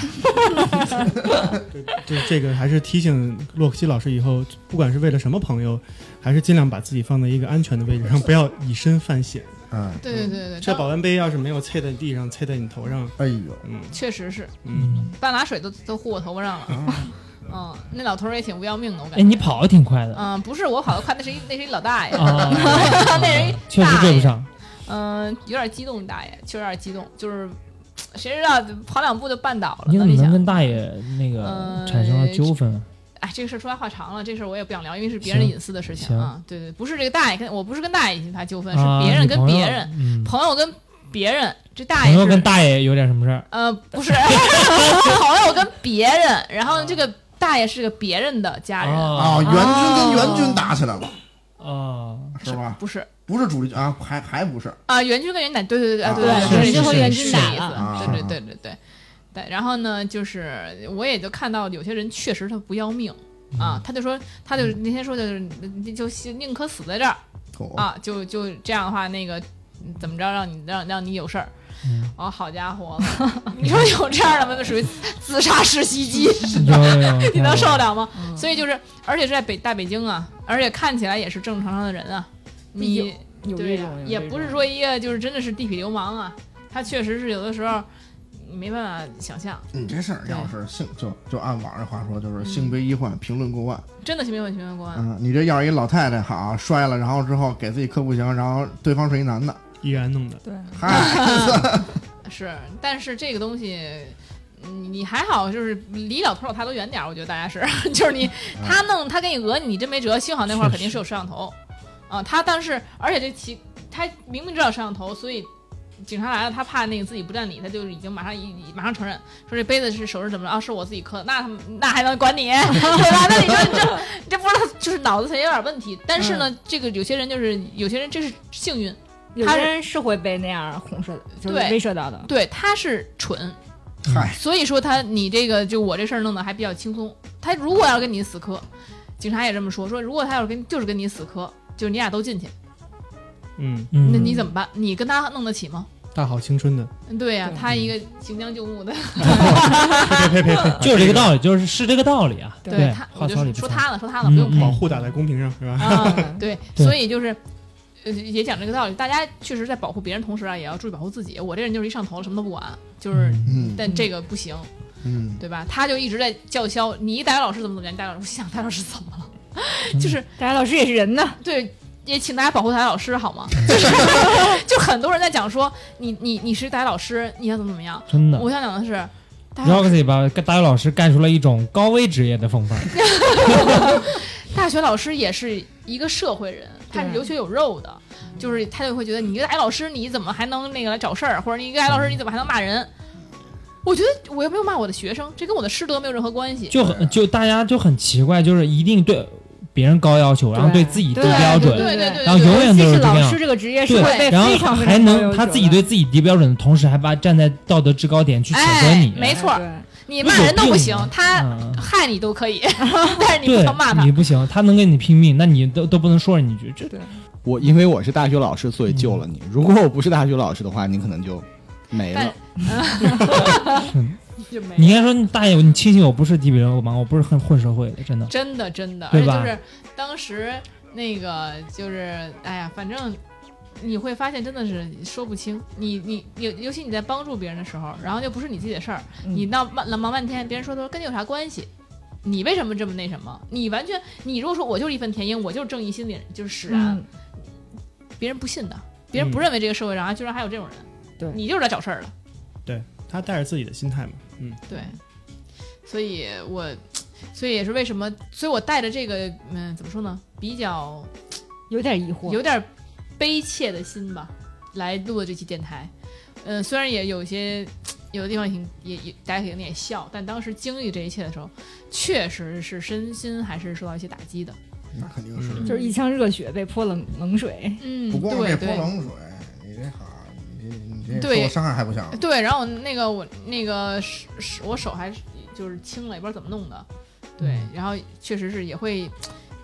就是这个还是提醒洛克希老师以后，不管是为了什么朋友，还是尽量把自己放在一个安全的位 置上，不要以身犯险。哎， 对对对对，这保温杯要是没有啐在地上，啐在你头上，哎呦，嗯确实是嗯，半拉水都都呼我头发上了。 嗯，那老头儿也挺不要命的，我感哎，觉。你跑的挺快的嗯，不是我跑得快，那是一那是一老大爷， 啊，那人一确实追不上，嗯、有点激动，大爷确实有点激动，就是谁知道跑两步就绊倒了你呢？怎么你能想，跟大爷那个呃产生了纠纷啊？哎，这个事儿说来话长了，这事儿我也不想聊，因为是别人行隐私的事情啊。对对，不是这个大爷跟我不是跟大爷引发纠纷，啊是别人你跟朋友别人，嗯，朋友跟别人，这大朋爷友是跟大爷有点什么事儿？呃，不是 朋友跟别人，然后这个大爷是个别人的家人，啊啊，哦援军跟援军打起来了，啊，是吧？不是不是主力啊，还还不是，啊，援军跟援奶，对对对，啊对啊对，是是和是援是军打是了，是对对对对对。对，然后呢，就是我也就看到有些人确实他不要命啊，他就说，他就那天说就是就宁可死在这儿哦，啊，就就这样的话，那个嗯怎么着让你让让你有事儿。哦，好家伙！ 你说有这样的吗？那属于自杀式袭击，有有 有，你能受得了吗？嗯所以就是，而且是在北大北京啊，而且看起来也是正常上的人啊，毕竟你有对这呀种，也不是说一个就是真的是地痞流氓啊，他确实是有的时候你没办法想象，你嗯这事儿要是性就就按网上话说，就是嗯性别医患，评论过万。真的是没有全国安。嗯，你这要是一老太太好摔了，然后之后给自己磕不行，然后对方是一男的，依然弄的。对， 嗨，是，但是这个东西。嗯你还好，就是离老头老太都远点儿。我觉得大家是， 就是你他弄他给你讹你，你真没辙。幸好那块儿肯定嗯是有摄像头，啊，他但是而且这其他明明知道有摄像头，所以警察来了，他怕那个自己不占理，他就已经马上一马上承认说这杯子是手是怎么着啊，是我自己磕的，那他们那还能 管你对吧？那你说你这这不知道就是脑子才有点问题。但是呢，这个有些人就是有些人这是幸运，有他些是人是会被那样哄睡，就是对威慑到的。对，他是蠢，嗨，所以说他你这个就我这事儿弄得还比较轻松。他如果要跟你死磕，警察也这么说，说如果他要是跟就是跟你死磕，就是你俩都进去，嗯，嗯，那你怎么办？你跟他弄得起吗？大好青春的，嗯对呀、对他一个行将就木的，呸呸呸呸，就是这个道理，就是是这个道理啊。对他，话我就糙理是不说糙。他了，说他了，不用嗯赔保护打在公屏上是 吧？啊。对，对所以就是。呃，也讲这个道理，大家确实在保护别人同时啊，也要注意保护自己。我这人就是一上头了，什么都不管，就是，嗯但这个不行，嗯，对吧？他就一直在叫嚣，你一代老师怎么怎么样，你代老师，我心想代老师怎么了？ 就是大家老师也是人呐，对，也请大家保护台老师好 吗？就是 就很多人在讲说你你你是台老师，你要怎么怎么样？真的我想讲的是，大家 Roxy 把大学老师干出了一种高危职业的风范，大学老师也是一个社会人，他是对有血有肉的，嗯就是他就会觉得你一个矮老师，你怎么还能那个来找事儿，或者你一个矮老师，你怎么还能骂人？我觉得我又没有骂我的学生，这跟我的师德没有任何关系。就很就大家就很奇怪，就是一定对别人高要求，然后对自己低对标对准，对对对对对，然后对永尤远其都是是这个老样师这个职业是对会被然后非常非常高要还能求他自己对自己低标准的同时，还把站在道德制高点去对谴责哎你，，没的错，对你骂人都不行有病啊，他嗯害你都可 以，但是你不对能骂他你。不行，他能跟你拼命，那你都都不能说人一句，这我因为我是大学老师，所以救了你。如果我不是大学老师的话，你可能就没了。你应该说你大爷，你庆幸我不是地痞流氓，我不是很混社会的，真的。真的真的，而对且吧就是当时那个就是，哎呀，反正你会发现真的是说不清。你你尤尤其你在帮助别人的时候，然后就不是你自己的事儿，嗯你闹忙忙半天，别人说说跟你有啥关系？你为什么这么那什么？你完全，你如果说我就是义愤填膺，我就是正义心里就是啊使然，嗯别人不信的，别人不认为这个社会上啊居然还有这种人，对你就是来找事儿的。他带着自己的心态嘛，嗯，对，所以我，所以也是为什么，所以我带着这个，嗯，怎么说呢，比较有点疑惑，有点悲切的心吧，来录的这期电台。嗯，虽然也有一些有的地方也挺也也大家可能也笑，但当时经历这一切的时候，确实是身心还是受到一些打击的。那肯定是。嗯就是一腔热血被泼冷冷水，嗯，不光对这泼对冷水，你这好，你这你这对呃受伤害还不小。对，然后我那个我那个手手我手还是就是青了，也不知道怎么弄的。对，嗯然后确实是也会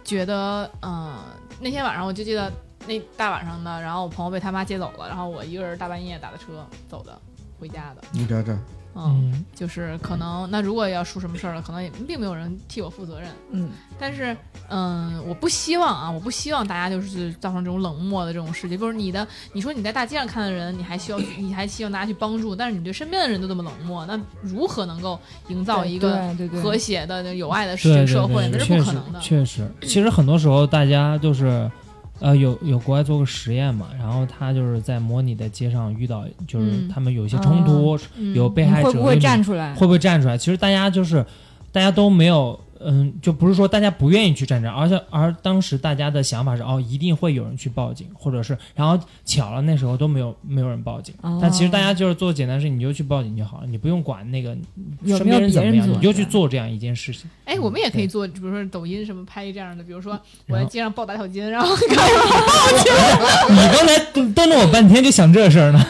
觉得，嗯、那天晚上我就记得那大晚上的，然后我朋友被他妈接走了，然后我一个人大半夜打的车走的回家的。你这这，嗯，嗯，就是可能那如果要出什么事儿了，可能也并没有人替我负责任。嗯，但是，嗯，我不希望啊，我不希望大家就是造成这种冷漠的这种事情。就是你的，你说你在大街上看的人，你还需要，你还希望大家去帮助，但是你对身边的人都这么冷漠，那如何能够营造一个对对和对谐的、有爱的对对社对，社会？那是确不可实能的。确实，其实很多时候大家就是，呃，有有国外做过实验嘛，然后他就是在模拟的街上遇到，就是嗯他们有一些冲突，哦嗯有被你害者会不会有站出来？会不会站出来？其实大家就是，大家都没有，嗯，就不是说大家不愿意去站出来，而且而当时大家的想法是，哦，一定会有人去报警，或者是，然后巧了，那时候都没有没有人报警。哦但其实大家就是做简单事情，你就去报警就好了，你不用管那个有身没有边别人怎么人样，做你就去对做这样一件事情。哎，我们也可以做，比如说抖音什么拍一这样的，比如说我然在后街上暴打小金，然后 你刚才瞪瞪了我半天，就想这事儿呢，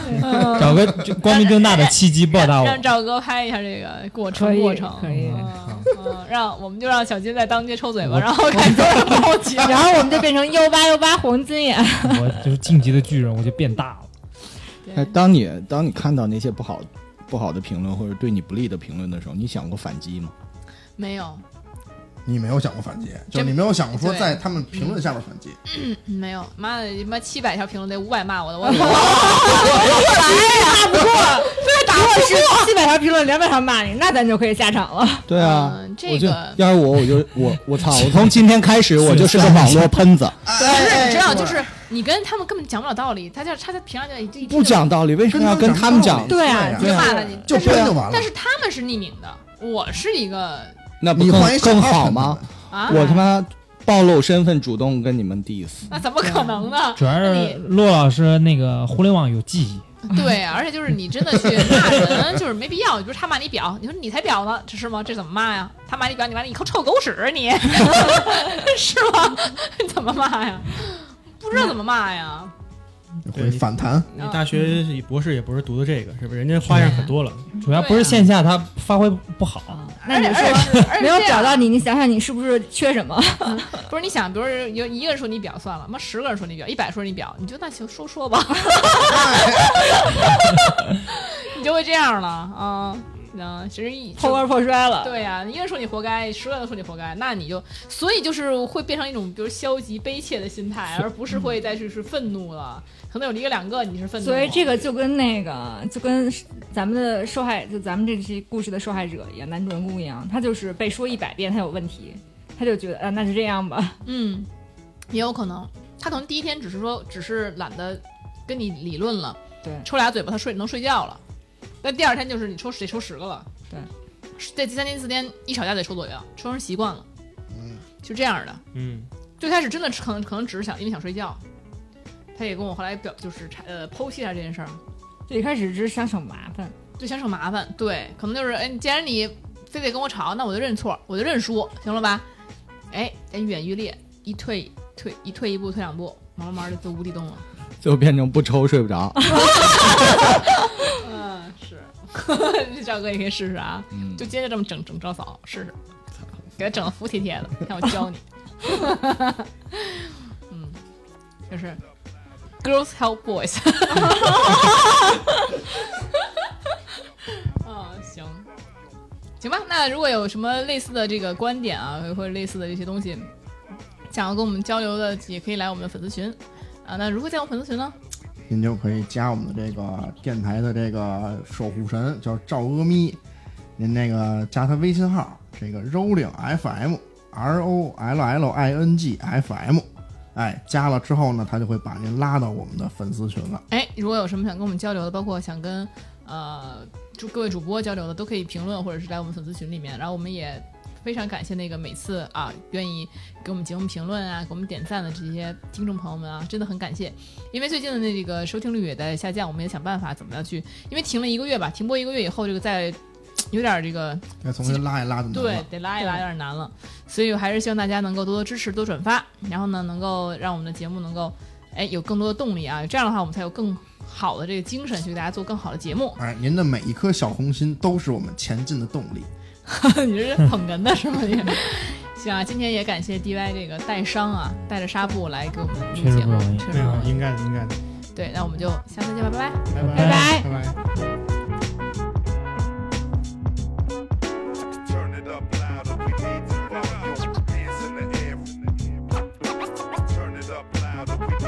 找个就光明正大的契机报答我。嗯让赵哥拍一下这个过可程以过程。可以，嗯，嗯让我们就让小金在当街抽嘴巴，然后 看有人报警。 然后我们就变成幺八幺八黄金眼，我就是晋级的巨人，我就变大了。哎，当你当你看到那些不好不好的评论或者对你不利的评论的时候，你想过反击吗？没有，你没有想过反击，就真是你没有想过说对在他们评论下面反击。没有，妈的，他妈七百条评论得五百骂我的，我哎我我来呀，打不过，对， 打如果是七百条评论，两百条骂你，那咱就可以下场了。对啊，嗯这我就个要是我我就我 我操，我从今天开始我就是个网络喷子，不是，哎你知道，哎就是你跟他们根本讲不了道理，他就他在评上就一不讲道理，为什么要跟他们讲？对啊就嗯对啊骂了你，就但是编就完了但是他们是匿名的，我是一个那不你换更一小更号好喷他吗们？？啊，我他妈暴露身份，主动跟你们 diss。那怎么可能呢？主要那是你骆老师那个互联网有记忆，对，啊而且就是你真的去骂人，就是没必要。你比如他骂你婊，你说你才婊呢，这是吗？这怎么骂呀？他骂你婊，你完了，你口臭狗屎，啊你 是吗？ 你怎么骂呀？不知道怎么骂呀？会反弹，你大学也博士也不是读的这个，是不是？人家花样可多了，主要不啊是线下他发挥不好，那你而且而说且是而且没有这样找到你，你想想你是不是缺什么？不是你想，比如说有一个人说你婊算了，妈十个人说你婊，一百说你婊，你就那就说说吧， 你就会这样了啊。嗯，其实 一破罐破摔了。对呀、一个人说你活该，十个人说你活该，那你就所以就是会变成一种比如消极悲切的心态，而不是会再去是愤怒了。可能有一个两个你是愤怒，所以这个就跟那个就跟咱们的受害，就咱们这期故事的受害者一样，男主人公一样，他就是被说一百遍他有问题，他就觉得啊那就这样吧。嗯，也有可能他可能第一天只是说只是懒得跟你理论了，对抽俩嘴巴他睡能睡觉了，但第二天就是你抽得抽十个了，对，这第三天第四天一吵架得抽左右，抽成习惯了。嗯，就这样的。嗯，最开始真的可能可能只是想因为想睡觉，他也跟我后来表就是呃剖析一下这件事儿，最开始只是想省麻烦，就想省麻烦，对，可能就是哎，既然你非得跟我吵，那我就认错，我就认输，行了吧？哎，咱愈演愈烈，一退退一退一步，退两步，慢慢慢的就无底洞了。最后变成不抽睡不着。嗯，是， 赵哥你可以试试啊，嗯就接着这么整整赵嫂试试，给他整的服帖帖的，看我教你。 嗯，就是 girls help boys。嗯，行，行吧。那如果有什么类似的这个观点啊，或者类似的这些东西，想要跟我们交流的，也可以来我们的粉丝群啊。那如何加入粉丝群呢？您就可以加我们的这个电台的这个守护神，叫赵阿咪，您那个加他微信号，这个 Rolling FM R O L L I N G F M，哎，加了之后呢，他就会把您拉到我们的粉丝群了。哎，如果有什么想跟我们交流的，包括想跟呃主各位主播交流的，都可以评论或者是来我们粉丝群里面。然后我们也非常感谢那个每次啊愿意给我们节目评论啊，给我们点赞的这些听众朋友们啊，真的很感谢。因为最近的那个收听率也在下降，我们也想办法怎么样去，因为停了一个月吧，停播一个月以后，这个在有点这个再重新拉一拉就能对了。，得拉一拉有点难了，所以我还是希望大家能够多多支持、多转发，嗯然后呢，能够让我们的节目能够，哎，有更多的动力啊，这样的话我们才有更好的这个精神去给大家做更好的节 目。哎，您的每一颗小红心都是我们前进的动力。你这是捧哏的是吗？你行啊，今天也感谢 DY 这个带伤啊，带着纱布来给我们录确实节目，不容易嗯确没实不有容，易。应该的，应该的，对，那我们就下次见吧，拜拜。拜拜拜拜拜。 Turn it up loud if we need to volume. Hands in the air. Turn it up loud if we need to